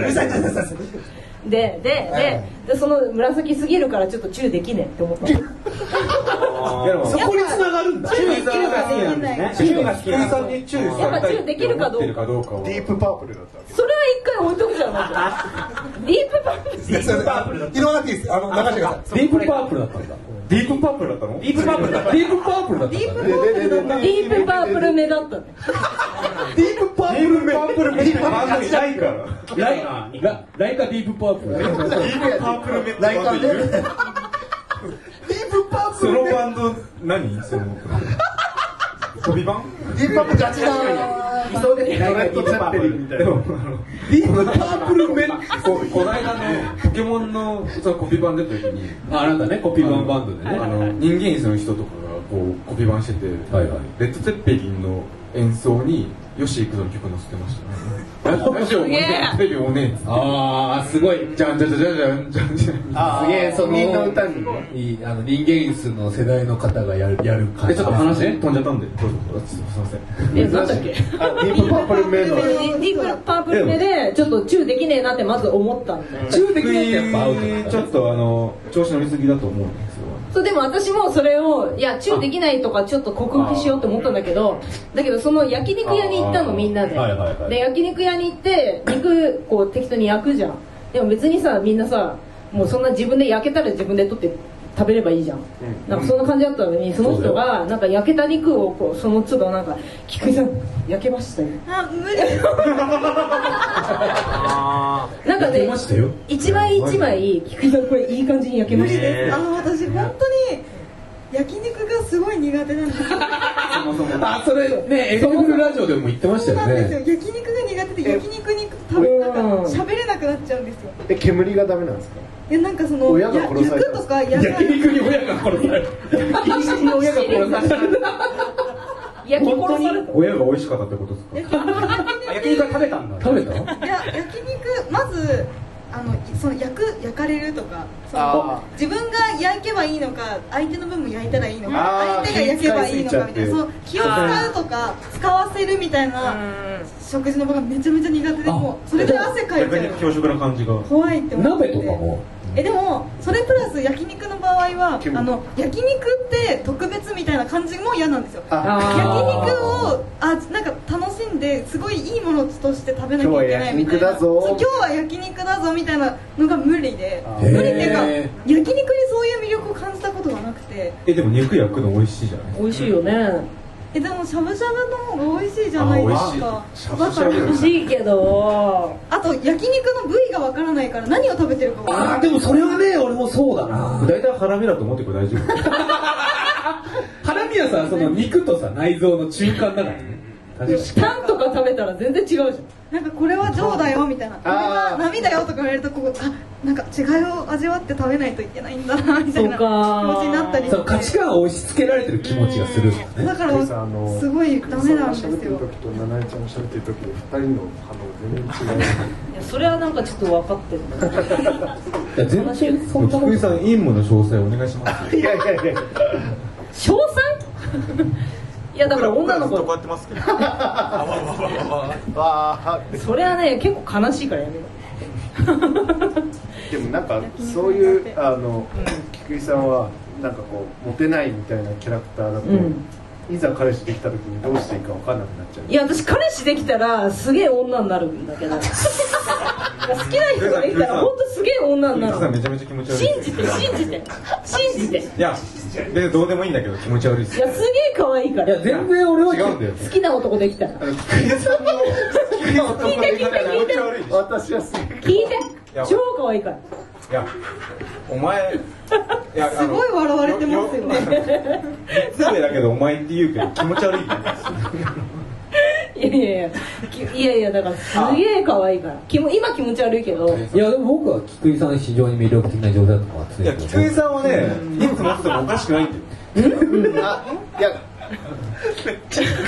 Speaker 5: ででででその紫すぎるからちょっとチューできねえって思った
Speaker 4: でも
Speaker 1: そこに繋がるんだ。
Speaker 6: チューが好き
Speaker 4: 菊
Speaker 6: な
Speaker 4: 井
Speaker 6: ん
Speaker 4: さ
Speaker 6: だ
Speaker 4: んに注意さ
Speaker 5: や
Speaker 4: れ
Speaker 5: っぱ
Speaker 4: た
Speaker 5: チ
Speaker 4: い
Speaker 5: ューできるかどうか
Speaker 4: どうかを
Speaker 2: ディープパープルだったわけ
Speaker 5: それは一回置いとくじゃんまずディープパープル
Speaker 7: いやそれ言わなくていいですあの流してください
Speaker 1: ディープパープルだったんだ。
Speaker 4: ディープパープルだったの
Speaker 1: ディープパープルだった。ディープパープルだった。ディ
Speaker 2: でででで
Speaker 5: ディープパープル目だったね
Speaker 1: ープパープル
Speaker 4: パープルめっちゃ番組ないから
Speaker 1: ライカラライカディープパープル。
Speaker 4: パープルめっちゃ番組いるそのバンド何その飛び番
Speaker 7: ディープアップガチだ
Speaker 2: ドレッド・チャッペリンみたい
Speaker 4: で
Speaker 2: な
Speaker 4: も
Speaker 1: ディープパープルメン。
Speaker 4: ここの間のポケモンのそのコピー版出た時に
Speaker 1: あなんだねコピー版バンドでね。
Speaker 4: あの人間椅子の人とかがこうコピー版してて、
Speaker 1: はいはい
Speaker 4: レッド・ツェッペリンの演奏によし行くぞの曲載せてましたね。よしお
Speaker 5: げえ
Speaker 4: テレビおねえ
Speaker 1: ああすごい。
Speaker 4: じゃんじゃんじゃんじゃんじゃんじゃんじゃん
Speaker 2: あー
Speaker 1: すげえその
Speaker 2: みんな歌に
Speaker 1: いいあの人間椅子の世代の方がやるやる感
Speaker 4: えちょっと話ね
Speaker 1: ね。
Speaker 4: 飛んじゃったんでどうぞあすいません
Speaker 5: えなんだっけ
Speaker 2: あディープパープルメイ
Speaker 5: デ
Speaker 2: ド
Speaker 5: ィープパープル目でちょっとチューできねえなってまず思ったんだよ
Speaker 1: 中的にやっぱアウト
Speaker 4: ちょっとあの調子乗りすぎだと思うんですよ
Speaker 5: そうでも私もそれをいやチューできないとかちょっと克服しようと思ったんだけどだけどその焼肉屋に行ったのみんなで、
Speaker 1: はいはいはい
Speaker 5: で焼肉屋に行って肉こう適当に焼くじゃんでも別にさみんなさもうそんな自分で焼けたら自分で取って食べればいいじゃん、なんかそんな感じだったのにその人がなんか焼けた肉をこうその都度なんか 「菊井さん焼けましたよ
Speaker 3: あ無理」
Speaker 5: なんか
Speaker 1: 出
Speaker 5: ね
Speaker 1: ましたよ。
Speaker 5: 一枚一枚菊井さんこれいい感じに焼けましたよ
Speaker 3: あの私本当に焼肉がすごい苦手なんですよ
Speaker 1: あそれねエグゼクラジオでも言ってまし
Speaker 3: そ
Speaker 1: た
Speaker 3: う
Speaker 1: よ
Speaker 3: なんですよ
Speaker 1: ね。
Speaker 3: 焼肉が苦手で焼肉に行くと食べなんか喋れなくなっちゃうんですよ
Speaker 2: え煙がダメなんですか
Speaker 3: いやなんかその
Speaker 2: 親が
Speaker 3: や
Speaker 2: 殺され
Speaker 3: 焼
Speaker 2: た
Speaker 3: くとかや
Speaker 1: 焼肉に親が殺される
Speaker 6: 親が殺された
Speaker 5: 焼き殺された
Speaker 4: 親が美味しかったってことですか
Speaker 6: あ焼肉は食べたんだ
Speaker 1: 食べた
Speaker 3: いや焼肉まずあのその焼く焼かれるとかそ
Speaker 2: あ
Speaker 3: の自分が焼けばいいのか相手の分も焼いたらいいの
Speaker 2: あー
Speaker 3: か相手が焼けばいいのかみ
Speaker 2: 気
Speaker 3: たいな
Speaker 2: 遣いすぎちゃって
Speaker 3: その気を使うとか使わせるみたいな食事の場がめちゃめちゃ苦手でもうそれで汗かいち
Speaker 4: 逆
Speaker 3: ゃ
Speaker 4: に
Speaker 3: う
Speaker 4: 強食な感じが
Speaker 3: 怖いって思って
Speaker 1: 鍋とかも
Speaker 3: えでもそれプラス焼肉の場合は
Speaker 2: 煙
Speaker 3: あの焼肉って特別みたいな感じも嫌なんですよ焼
Speaker 2: あ
Speaker 3: 肉
Speaker 1: あー
Speaker 3: をあなんか楽しんですごいいいものとして食べなきゃいけないみたい
Speaker 2: 今日は焼肉
Speaker 3: な
Speaker 2: だぞ
Speaker 3: そう今日は焼肉だぞみたいなのが無理で
Speaker 2: あ
Speaker 3: 無
Speaker 2: ー
Speaker 3: 理っていうか
Speaker 1: へ
Speaker 3: 焼肉にそういう魅力を感じたことがなくて
Speaker 4: えでも肉焼くの美味しいじゃない
Speaker 5: 美味しいよね
Speaker 3: えでもしゃぶしゃぶの方が美味しいじゃないですか
Speaker 4: あー美味しいしゃぶしゃぶ
Speaker 3: だか
Speaker 5: 美味しいけど
Speaker 3: らあと焼肉の部位がわからないから何を食べてるかわから
Speaker 1: あ
Speaker 3: な
Speaker 1: あ
Speaker 3: い
Speaker 1: でもそれはね俺もそうだな
Speaker 4: 大体ハラミだと思ってくれ大丈夫
Speaker 1: ハラミはさその肉とさ内臓の中間だからね確かに
Speaker 5: タンとか食べたら全然違うじゃん
Speaker 3: なんかこれは上だよみたいなこれは波だよとか言われるとここあなんか違いを味わって食べないといけないんだなみたいな気
Speaker 5: そうか
Speaker 3: 持ちになったりして
Speaker 1: その価値観を押し付けられてる気持ちがするんだね
Speaker 3: だか
Speaker 2: ク
Speaker 3: ら
Speaker 2: リスあの
Speaker 3: すごいダメなんです
Speaker 2: クリスさんが喋ってる
Speaker 3: よ
Speaker 2: 時とナナエちゃんが喋ってる時で二人の反応全然違う
Speaker 5: いやそれはなんかちょっと分かってる
Speaker 1: いや全然そんなこと
Speaker 4: 福井さん陰夢の詳細お願いしま す
Speaker 2: いやいやいや
Speaker 5: 賞賛 いやだから女の
Speaker 8: こう
Speaker 5: 子
Speaker 8: やってますけど。わわわわわ。
Speaker 2: わ
Speaker 5: それはね結構悲しいからやめよ
Speaker 2: ーでもなんかそういうあの菊井さんはなんかこうモテないみたいなキャラクターだと、
Speaker 5: う、うん、
Speaker 2: いざ彼氏できた時にどうしていいか分かんなくなっちゃう
Speaker 5: いや私彼氏できたらすげえ女になるんだけ どいや好きな人ができたら本当すげえ女に
Speaker 4: 福井
Speaker 5: な
Speaker 4: さんめ
Speaker 5: る
Speaker 4: ちゃめちゃ気持ち悪い
Speaker 5: 信じて信じて信じて
Speaker 4: いやでどうでもいいんだけど気持ち悪いっす
Speaker 5: いやすげえ可愛いか
Speaker 1: い
Speaker 5: ら
Speaker 1: や
Speaker 5: 好
Speaker 1: 全然俺は
Speaker 4: 違うんだよね
Speaker 5: きな男できたら
Speaker 4: 福井さんの好きな男で言ったら気持ち悪いでしょ
Speaker 2: 私はすげえ
Speaker 5: 聞いて
Speaker 4: や
Speaker 5: 超可愛いから
Speaker 4: いやお前いや
Speaker 3: すごい笑われてますよね
Speaker 4: 失礼だけどお前って言うけど気持ち悪いって言うんですよ
Speaker 5: いやいやいやきいやいやだからすげえ可愛いから気も今気持ち悪いけど
Speaker 1: いやでも僕は菊井さん非常に魅力的な状態だとかは常に
Speaker 4: いや菊井さんはねいつ持っててもおかしくないんだよ
Speaker 2: いや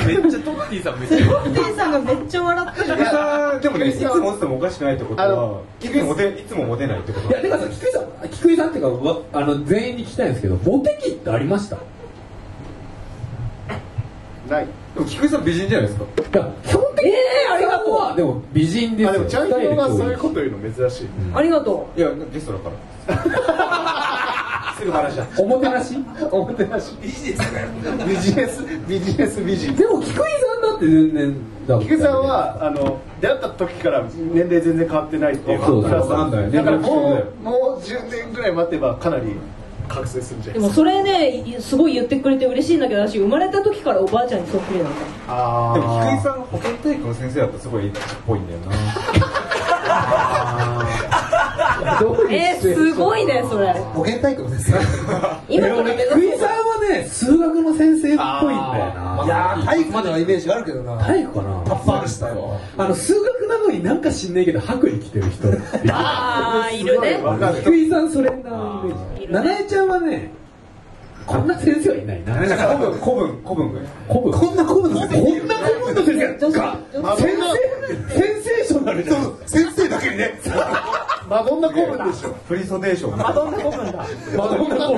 Speaker 8: めっちゃトッティさんめっちゃ。
Speaker 3: ティさんがめっちゃ笑ってる
Speaker 4: 菊井さんでもねいつ持っててもおかしくないってこと
Speaker 2: あ
Speaker 4: は
Speaker 2: の
Speaker 4: いつもモテいつもモテないってこと
Speaker 1: いやてかさ菊井さん菊井さんっていうかわあの全員に聞きたいんですけどモテ期ってありましたい
Speaker 2: ない
Speaker 4: でも菊井さん美人じゃないですか
Speaker 1: や基本的に
Speaker 5: えーありがと
Speaker 1: 菊井さ
Speaker 5: う
Speaker 1: んはでも美人です
Speaker 2: あで
Speaker 1: よ
Speaker 2: もちゃんひ
Speaker 1: スタイ
Speaker 2: ろ
Speaker 1: ル
Speaker 2: が
Speaker 1: が
Speaker 2: そういうこと言うの珍しい、
Speaker 5: ありがと
Speaker 4: いやゲストだからすぐ話だ
Speaker 1: おもてなし
Speaker 2: おもてなしビジネスビジネスビジネス美人
Speaker 1: でも菊井さんだって全然だも
Speaker 2: 菊井さんはあの出会った時から年齢全然変わってないっていう
Speaker 1: そうそう
Speaker 2: プラス
Speaker 4: なんだよね
Speaker 2: だからも
Speaker 4: そう
Speaker 2: うもう10年ぐらい待てばかなり覚醒するんじゃ
Speaker 5: う
Speaker 2: ないで
Speaker 5: でも
Speaker 2: すか
Speaker 5: それねいすごい言ってくれて嬉しいんだけど私生まれた時からおばあちゃんにそっくりなんだ
Speaker 2: あ
Speaker 4: でも菊井
Speaker 2: ん
Speaker 4: さん保健体育の先生だったらすごいエッチっぽいんだよな
Speaker 5: えー、すごいねそれ
Speaker 9: 保健体育の先
Speaker 5: 今から
Speaker 1: 菊
Speaker 5: 目指
Speaker 1: 井
Speaker 5: す
Speaker 1: さんはね数学の先生っぽいんだよな
Speaker 9: 生。いやー、体育までのイメージあるけどな。
Speaker 1: 体育かな
Speaker 9: パパでしたよ。
Speaker 1: あの数学なのになんか知んないけど白衣着てる人
Speaker 5: ああいるね
Speaker 2: わかる
Speaker 1: 福井さんそれなイメージ七重ちゃんはねこんな先生はいないな
Speaker 4: 古文古文古文が
Speaker 1: こん
Speaker 9: こんなことの先
Speaker 1: こ
Speaker 9: 生
Speaker 1: んな古文の先生か先生センセーショナルじゃん
Speaker 9: 先生だけにね。
Speaker 2: マドンナ古文でしょ
Speaker 4: フリソネーションマドンナ古文だ
Speaker 1: マドンナ古文
Speaker 4: あ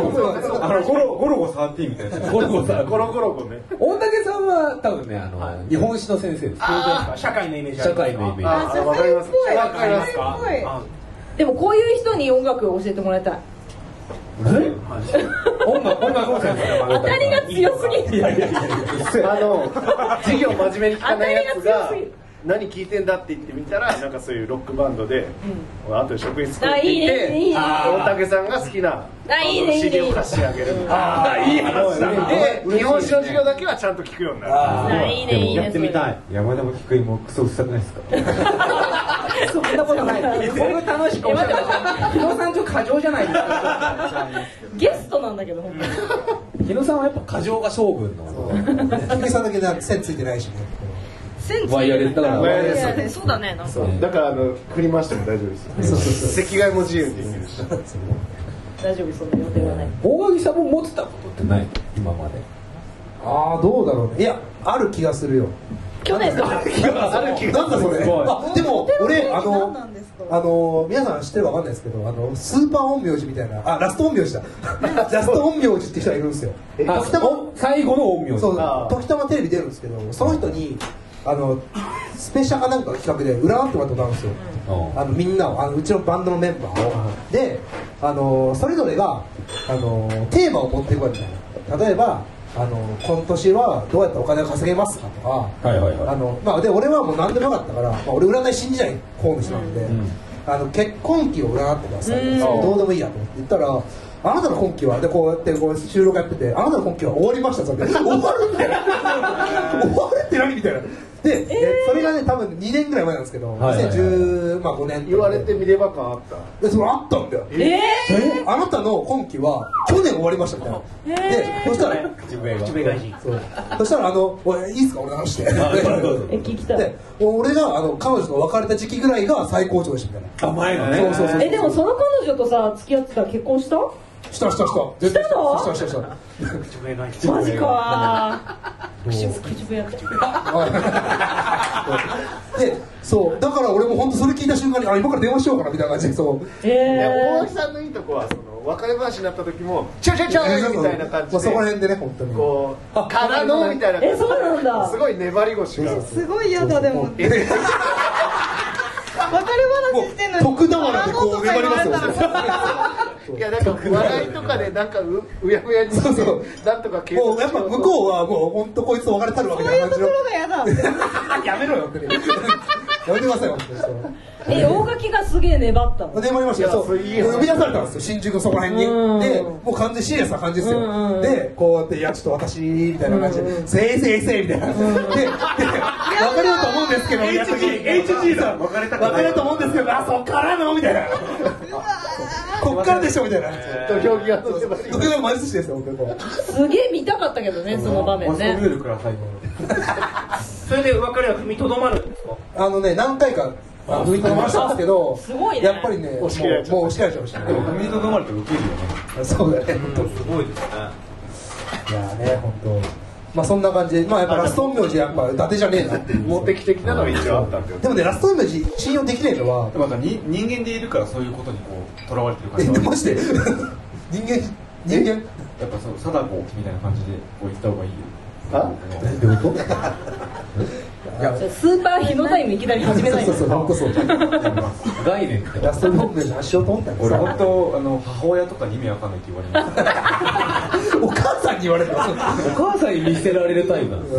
Speaker 4: のゴロゴロゴ13みたいなやつ
Speaker 1: ゴルゴさん
Speaker 2: ゴロゴロゴね
Speaker 1: 大竹さんは多分ねあの日本史の先生です
Speaker 6: 社会のイメージある
Speaker 1: 社会のイメージ
Speaker 2: あーわかりますわかります
Speaker 3: か
Speaker 5: でもこういう人に音楽を教えてもらいたい
Speaker 1: 音楽音楽の先生
Speaker 5: 当たりが強すぎる
Speaker 2: あの授業真面目に聞かないやつが
Speaker 5: 当たりが強すぎる
Speaker 2: 何聞いてんだって言ってみたらなんかそういうロックバンドで、あとで職員作っ
Speaker 5: あ
Speaker 2: て
Speaker 5: いい
Speaker 2: い
Speaker 5: ねい
Speaker 2: て
Speaker 5: いね
Speaker 2: 大竹さんが好きな
Speaker 5: あいいねいいね
Speaker 2: CD を貸してあげるああいい話だで日本史の授業だけはちゃんと聞くようになる
Speaker 5: いいねいいね
Speaker 4: やってみたい山田も菊井もクソ臭くないですか
Speaker 5: そんなことない
Speaker 6: 僕楽しく面白い木戸さんちょっと過剰じゃないですか
Speaker 5: ゲストなんだけど本当に
Speaker 1: 日野さんはやっぱ過剰が将軍の
Speaker 9: 菊井さんだけだって線ついてないしね。
Speaker 3: センチ
Speaker 1: ワイヤレスだから
Speaker 2: ワイヤレス
Speaker 3: いやいやそうだねなんか
Speaker 2: そうだからあの振り回しても大丈夫ですよ席替えも自由にできるし
Speaker 5: 大丈夫その予定はない
Speaker 1: 大垣さんも持ってたことってない今まで
Speaker 9: ああどうだろうねいやある気がするよ
Speaker 5: 去年とか
Speaker 9: なんだそれ
Speaker 1: すごい
Speaker 9: あでも俺あ
Speaker 3: 何
Speaker 9: の
Speaker 3: なんですか
Speaker 9: あの皆さん知ってるかわかんないですけどあのスーパー陰陽師みたいなあラスト陰陽師だ ラスト陰陽師って人がいるんですよ
Speaker 2: え
Speaker 9: 時たま
Speaker 1: お最後の陰陽師
Speaker 9: そう
Speaker 2: あー
Speaker 9: 時たまテレビ出るんですけどその人にあのスペシャルかなんかの企画で占ってもらったことあるんですよ
Speaker 1: うん
Speaker 9: あのみんなをあのうちのバンドのメンバーをであのそれぞれがあのテーマを持ってこいみたいな例えばあの今年はどうやってお金を稼げますかとか、
Speaker 1: いはいはい
Speaker 9: あのまあ、で俺はもう何でもよかったから、まあ、俺占い信じない方の人なんで、
Speaker 1: ん
Speaker 9: あの結婚期を占ってください、
Speaker 5: うん
Speaker 9: どうでもいいやと思って言ったらあなたの今期はでこうやってこう収録やっててあなたの今期は終わりましたって言われて終わるみたいな終わるって何みたいなで、えそれがね多分2年ぐらい前なんですけど、
Speaker 1: はいはいはい
Speaker 9: 2015年
Speaker 2: 言われてみれば感あった
Speaker 9: でそれあったんだよ
Speaker 5: ええ
Speaker 9: えあなたの今期は去年終わりましたみたいな、でそしたら
Speaker 1: 口笛が
Speaker 9: そうそしたらあの「おいいいっすか俺の話して」
Speaker 5: え 聞きたい
Speaker 9: で俺があの彼女と別れた時期ぐらいが最高潮でしたみたい
Speaker 1: あ前のね
Speaker 9: なそうそうそう
Speaker 5: えでもその彼女とさ付き合ってたら結婚した
Speaker 9: したしたした全然
Speaker 5: したの
Speaker 9: したしたした
Speaker 5: マジかー口笛口笛口笛
Speaker 9: はいでそうだから俺も本当それ聞いた瞬間にあ今から電話しようかなみたいな感じでそう
Speaker 2: で大
Speaker 5: え
Speaker 2: 橋さんのいいとこはその別れ話になった時も「ちょちょちょ」みたいな感
Speaker 9: ま
Speaker 2: じ
Speaker 9: あ、そこら
Speaker 2: で
Speaker 9: 辺でね本当に
Speaker 2: こう「からの」みたいな
Speaker 5: ー、え
Speaker 2: 感
Speaker 5: そうなんだ
Speaker 2: じすごい粘り腰が
Speaker 3: すごい嫌だでも別れ話してんのに
Speaker 9: もう特段はなくてこう粘りますよ
Speaker 3: あのとか言われたら
Speaker 2: いやなんか笑いとかでなんかううやむやにして
Speaker 9: そうそう
Speaker 2: なんとか継
Speaker 9: もう
Speaker 2: 続
Speaker 9: やっ
Speaker 2: し
Speaker 9: ぱ
Speaker 2: ようと
Speaker 9: 向こうはもう本当こいつと別れたるわけ
Speaker 3: そう
Speaker 9: ない感
Speaker 3: うと
Speaker 9: じ
Speaker 3: こ
Speaker 9: の
Speaker 3: ろが嫌だって
Speaker 9: やめろよ本当にやめてください本
Speaker 5: え大垣がすげえ粘った
Speaker 9: 当
Speaker 5: の
Speaker 9: に粘りましたよ
Speaker 2: いや
Speaker 9: そう
Speaker 2: それいいよ
Speaker 9: 呼び出されたんですよ新宿のそこら辺
Speaker 5: うん
Speaker 9: にでもう完全にシリアスな感じです
Speaker 5: うんうんうん
Speaker 9: よでこうやって「いやちょっと私」みたいな感じで「せいせいせい」みたいなでで別れようと思うんですけど HG さん別れた別れようと思うんですけどあそっからのみたいなこっからでしょみたいな
Speaker 2: 土俵際の粘り
Speaker 9: それがマジ寿司ですよ本当にこう
Speaker 5: すげえ見たかったけどねその場面
Speaker 4: マスコミュ
Speaker 5: ね
Speaker 4: ールくださいの
Speaker 6: それで別れは踏みとどまるんですか
Speaker 9: あのね何回か踏み込ましたんですけど
Speaker 5: すごいね
Speaker 9: やっぱりねもうもう
Speaker 2: 押し切られちゃった
Speaker 9: 押し切られちゃいました
Speaker 4: でも踏みとどまるとウケるよね
Speaker 9: そうだね。
Speaker 8: すごいですね
Speaker 9: いやーね、本当。まあそんな感じで、まあやっぱラストン名字やっぱ伊達じゃねえなっていう。
Speaker 2: モテ期的なのは一応あったんだよ
Speaker 9: でもね、ラストン名字信用できないのは
Speaker 4: で、もなんかに人間でいるからそういうことにこうとらわれてる感
Speaker 9: え、
Speaker 4: じはある
Speaker 9: マジで 人間、人間
Speaker 4: やっぱそう貞子みたいな感じでこう言った方がいいよ
Speaker 2: あ
Speaker 9: どういうこと
Speaker 5: スーパーヒノタイムいきなり始めない
Speaker 9: そう
Speaker 5: の
Speaker 9: そうそう、本当そう。
Speaker 1: 概念って
Speaker 9: ラストン名字発祥と思った
Speaker 4: 俺
Speaker 9: よ。
Speaker 4: 本当あの母親とかに意味わかんないって言われます
Speaker 9: お母さんに言われた。
Speaker 1: お母さんに見せられるタイプなんです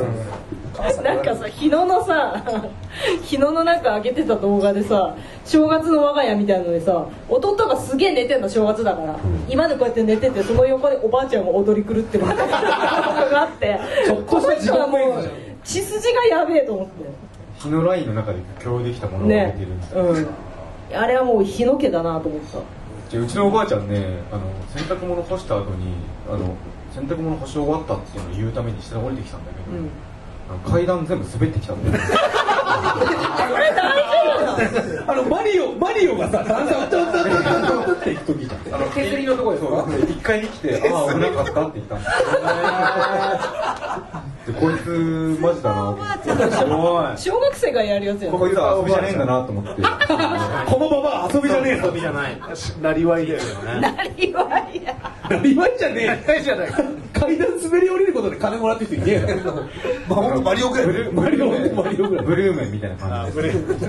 Speaker 1: よ
Speaker 5: なんかさ日野のさ 日野のなんか上げてた動画でさ正月の我が家みたいなのでさ弟がすげえ寝てんの正月だから、今でこうやって寝ててその横でおばあちゃんが踊り狂ってるみたいなことがあって
Speaker 1: ちょっと
Speaker 5: こ
Speaker 1: し
Speaker 5: の
Speaker 1: た地
Speaker 5: 人は
Speaker 1: 獄
Speaker 5: も
Speaker 1: 絵
Speaker 5: う
Speaker 1: 図じ
Speaker 5: 血筋がやべえと思っ
Speaker 4: 日のラインの中で共有できたも
Speaker 5: て
Speaker 4: のが出
Speaker 5: ね
Speaker 4: てるんですよ
Speaker 5: うんあれはもう日野家だなと思った
Speaker 4: じゃあうちのおばあちゃんねあの洗濯物干した後にあの洗濯物干し終わったっていうのを言うために下に降りてきたんだけど、
Speaker 5: うん
Speaker 4: あの階段全部滑ってきた んだよ
Speaker 1: あのマリオマリオがさダンサートントントントンって行く時じゃん
Speaker 4: あの削りのところでそう一階に来て「ああ危なかった」って言った んですよでこいつマジだなっておい
Speaker 5: 小学生がやるやつや
Speaker 4: こ
Speaker 5: ね
Speaker 4: こいつは遊びじゃねえんだなと思って
Speaker 1: このババア遊びじゃねえ
Speaker 8: 遊
Speaker 1: ぞ
Speaker 8: びじゃないよ
Speaker 2: なりわいだよ
Speaker 8: ね
Speaker 5: いやいや
Speaker 1: なりわいじゃね
Speaker 2: ないじゃないか
Speaker 1: え階段滑り降りることで金もらってる人いねえだろ
Speaker 9: まあ本当マリオぐらい。
Speaker 1: マリオマリオぐらい
Speaker 4: ブルーメンみたいな感
Speaker 2: あ
Speaker 4: じ
Speaker 2: ーブレ
Speaker 4: で
Speaker 2: イクい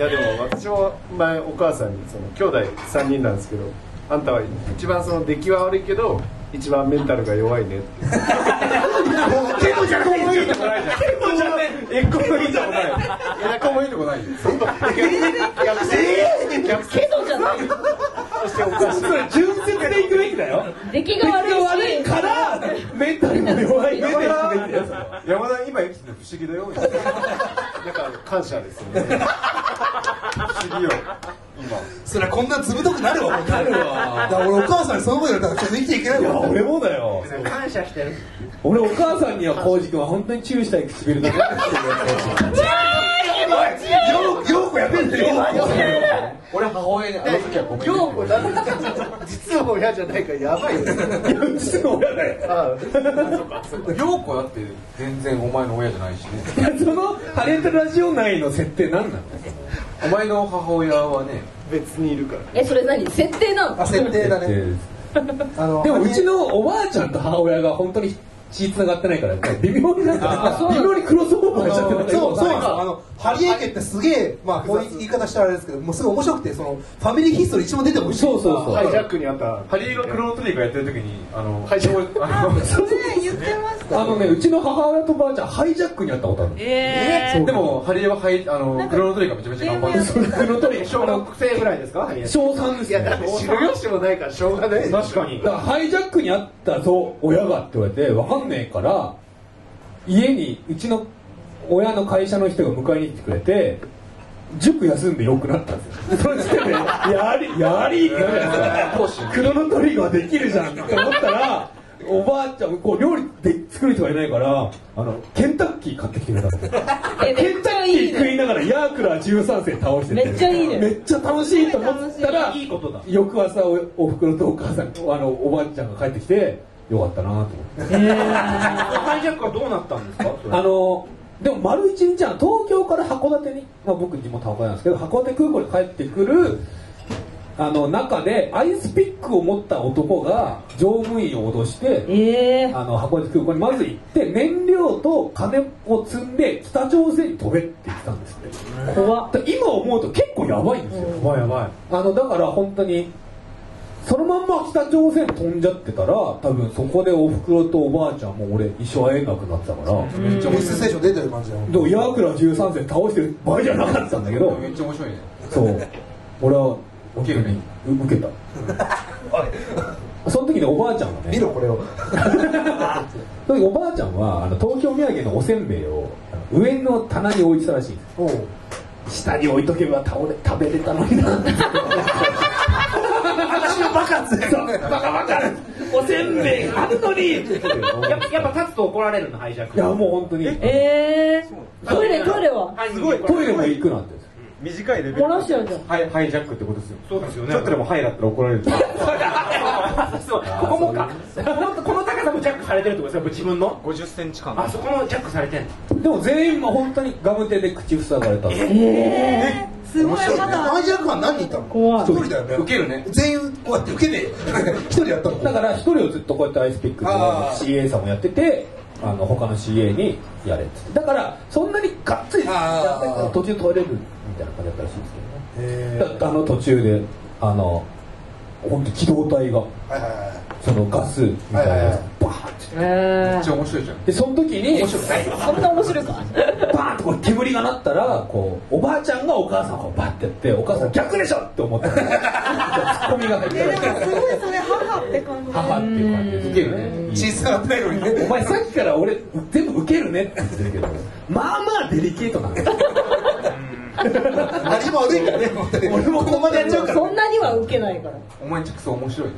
Speaker 2: やでも私も前お母さんにその兄弟3人なんですけどあんたは一番その出来は悪いけど一番メンタルが弱いねって
Speaker 9: ケモじゃない
Speaker 4: いいとこないじゃん一個もいいとこない一個もいいとこないよ
Speaker 2: そんな逆逆転逆転
Speaker 5: けどじゃない
Speaker 2: しておかしい
Speaker 1: それ純粋で行くべきだよ
Speaker 5: 出来が悪いし
Speaker 1: 悪いからメンタルが弱い
Speaker 4: 山
Speaker 1: メンタルが弱い
Speaker 4: 田山田今生きてて不思議だよみたいな
Speaker 2: だから感謝ですね
Speaker 4: 不思議よ
Speaker 9: そりゃこんなずぶとくなるわ、なるわ。だから俺お母さんにそのこと言われたらちょっと生きていけないわ。
Speaker 1: 俺もだよ
Speaker 6: 感謝してる
Speaker 1: 俺お母さんには浩二君は本当にチューしたい唇だなって言ってるよ
Speaker 4: 母親にあの時は僕
Speaker 2: 京子だって実は親じゃないからやばいよ
Speaker 1: 実の親だよ
Speaker 2: あ
Speaker 4: 陽子だって全然お前の親じゃないしね
Speaker 1: そのタレントラジオ内の設定何なの
Speaker 4: お前の母親はね
Speaker 2: 別にいるから
Speaker 5: えそれ何設定なの
Speaker 9: あ設定だ
Speaker 4: 設定
Speaker 9: ね
Speaker 4: です
Speaker 9: あの
Speaker 1: でもうちのおばあちゃんと母親が本当に血つながってないから微妙になんか微妙にクロスオーバーしちゃってな
Speaker 9: そう
Speaker 1: い
Speaker 9: そうなんですよあのハリエ家ってすげえまあこういう言い方したらあれですけどもうすごい面白くてそのファミリーヒストリー一番出てもいい
Speaker 1: そうそうそう
Speaker 2: ハイジャックにあった
Speaker 4: ハリーがクロノトリガーやってる時にあの
Speaker 2: はい
Speaker 4: あの
Speaker 3: それ言ってました
Speaker 1: あのねうちの母親とばあちゃんハイジャックにあったことある
Speaker 4: え でもハリーはハイあのクロノトリガーめちゃめちゃ頑張って
Speaker 1: それクロノトリガー
Speaker 2: 小学生ぐらいですかハリー
Speaker 1: 小3です
Speaker 2: いやだ
Speaker 1: ね
Speaker 2: って知る由もないからしょうがない
Speaker 4: 確かに
Speaker 1: だからハイジャックにあったぞ親がって言われて分かんねえから家にうちの親の会社の人が迎えに来てくれて塾休んでよくなったんですよその時点で「やりやり!」って言うじゃないですか「クロノトリガーできるじゃん」って思ったらおばあちゃんこう料理で作る人がいないからあのケンタッキー買ってきてくれたんですよ
Speaker 5: え
Speaker 1: ケ
Speaker 5: めっ
Speaker 1: ン
Speaker 5: ち
Speaker 1: タ
Speaker 5: ゃ
Speaker 1: ッ
Speaker 5: い
Speaker 1: キ
Speaker 5: い
Speaker 1: ー食い
Speaker 5: ね
Speaker 1: ながらヤークラ13世倒してて
Speaker 5: めっちゃいいね
Speaker 1: めっちゃ楽しいと思ったら
Speaker 8: いいことだ
Speaker 1: 翌朝おおふくろとお母さんあのおばあちゃんが帰ってきてよかったなと思って
Speaker 8: ハイジャックはどうなったんですかそれ
Speaker 1: あのでも丸一日は東京から函館に、まあ、僕地元函館なんですけど函館空港に帰ってくるあの中でアイスピックを持った男が乗務員を脅して
Speaker 5: ええ
Speaker 1: あの函館空港にまず行って燃料と金を積んで北朝鮮に飛べって言ってたんですって
Speaker 5: 怖っ
Speaker 1: だから今思うと結構やばいんですよ、
Speaker 4: やばいやばい
Speaker 1: あのだから本当にそのまんま北朝鮮飛んじゃってたら多分そこでおふくろとおばあちゃんも俺一生会えなくなってたから、
Speaker 9: めっちゃメスステーション出てる感じだよ
Speaker 1: でもヤークラ13世倒してる場合じゃなかったんだけど
Speaker 4: めっちゃ面白いね
Speaker 1: そう俺は
Speaker 4: 起きるね
Speaker 1: う受けたその時におばあちゃんが
Speaker 9: 見
Speaker 1: ね
Speaker 9: ろこれを
Speaker 1: その時おばあちゃんはあの東京土産のおせんべいをあの上の棚に置いてたらしいんです
Speaker 9: おう
Speaker 1: 下に置いとけば倒れ食べれたのに な私のバカっすねバカバカおせんべいあるのに
Speaker 8: やっぱやっぱ立つと怒られるのハイジャッ
Speaker 1: いやもう本当に
Speaker 5: ええトイレトイレは
Speaker 8: クすごい
Speaker 1: トイレも行くなんて
Speaker 4: 短いレベ
Speaker 5: 漏らしちゃうじゃん
Speaker 4: はいハイジャックってことですよ
Speaker 8: そうですよね
Speaker 4: ちょっとでもハイだったら怒られる
Speaker 8: そうここもかこのこの高さもジャックされてるってことですか自分の
Speaker 4: 50センチ間
Speaker 8: あそこもジャックされてんの
Speaker 1: でも全員も本当にガム手で口塞がれたんです
Speaker 3: すごいまだ
Speaker 9: マイジャックマン何人いたの
Speaker 5: 怖い
Speaker 9: 一人だよね
Speaker 4: ウケるね
Speaker 9: 全員こうやって受けねえよ一人やったの
Speaker 1: だから一人をずっとこうやってアイスピックで
Speaker 9: あー
Speaker 1: CA さんもやっててあの他の CA にやれってだからそんなにがっつりやったけど
Speaker 9: あー
Speaker 1: 途中取れるみたいな感じだったらしいんですけどね
Speaker 9: へ
Speaker 1: だってあの途中であの本当機動隊が
Speaker 9: ーはいはいはい
Speaker 1: そのガスみたいなやつ
Speaker 9: はいはいはい
Speaker 1: バーンって
Speaker 5: え
Speaker 4: めっちゃ面白いじゃん
Speaker 1: でその時に
Speaker 5: そんな面白いか
Speaker 1: バーンとこう煙が鳴ったらこうおばあちゃんがお母さんをバッてやってお母さん逆でしょって思ったツッコミが入って
Speaker 3: えでもすごいそれ母って感じ
Speaker 1: 母っていう感じです
Speaker 4: ウケるね
Speaker 9: 小さくないのにね
Speaker 1: お前さっきから俺全部ウケるねって言ってるけどまあまあデリケートなんだよ
Speaker 9: 何も悪いからね本当に
Speaker 1: 俺も
Speaker 9: ここまでやっちゃうから
Speaker 5: そんなには受けないから
Speaker 4: お前んちくそ面白いね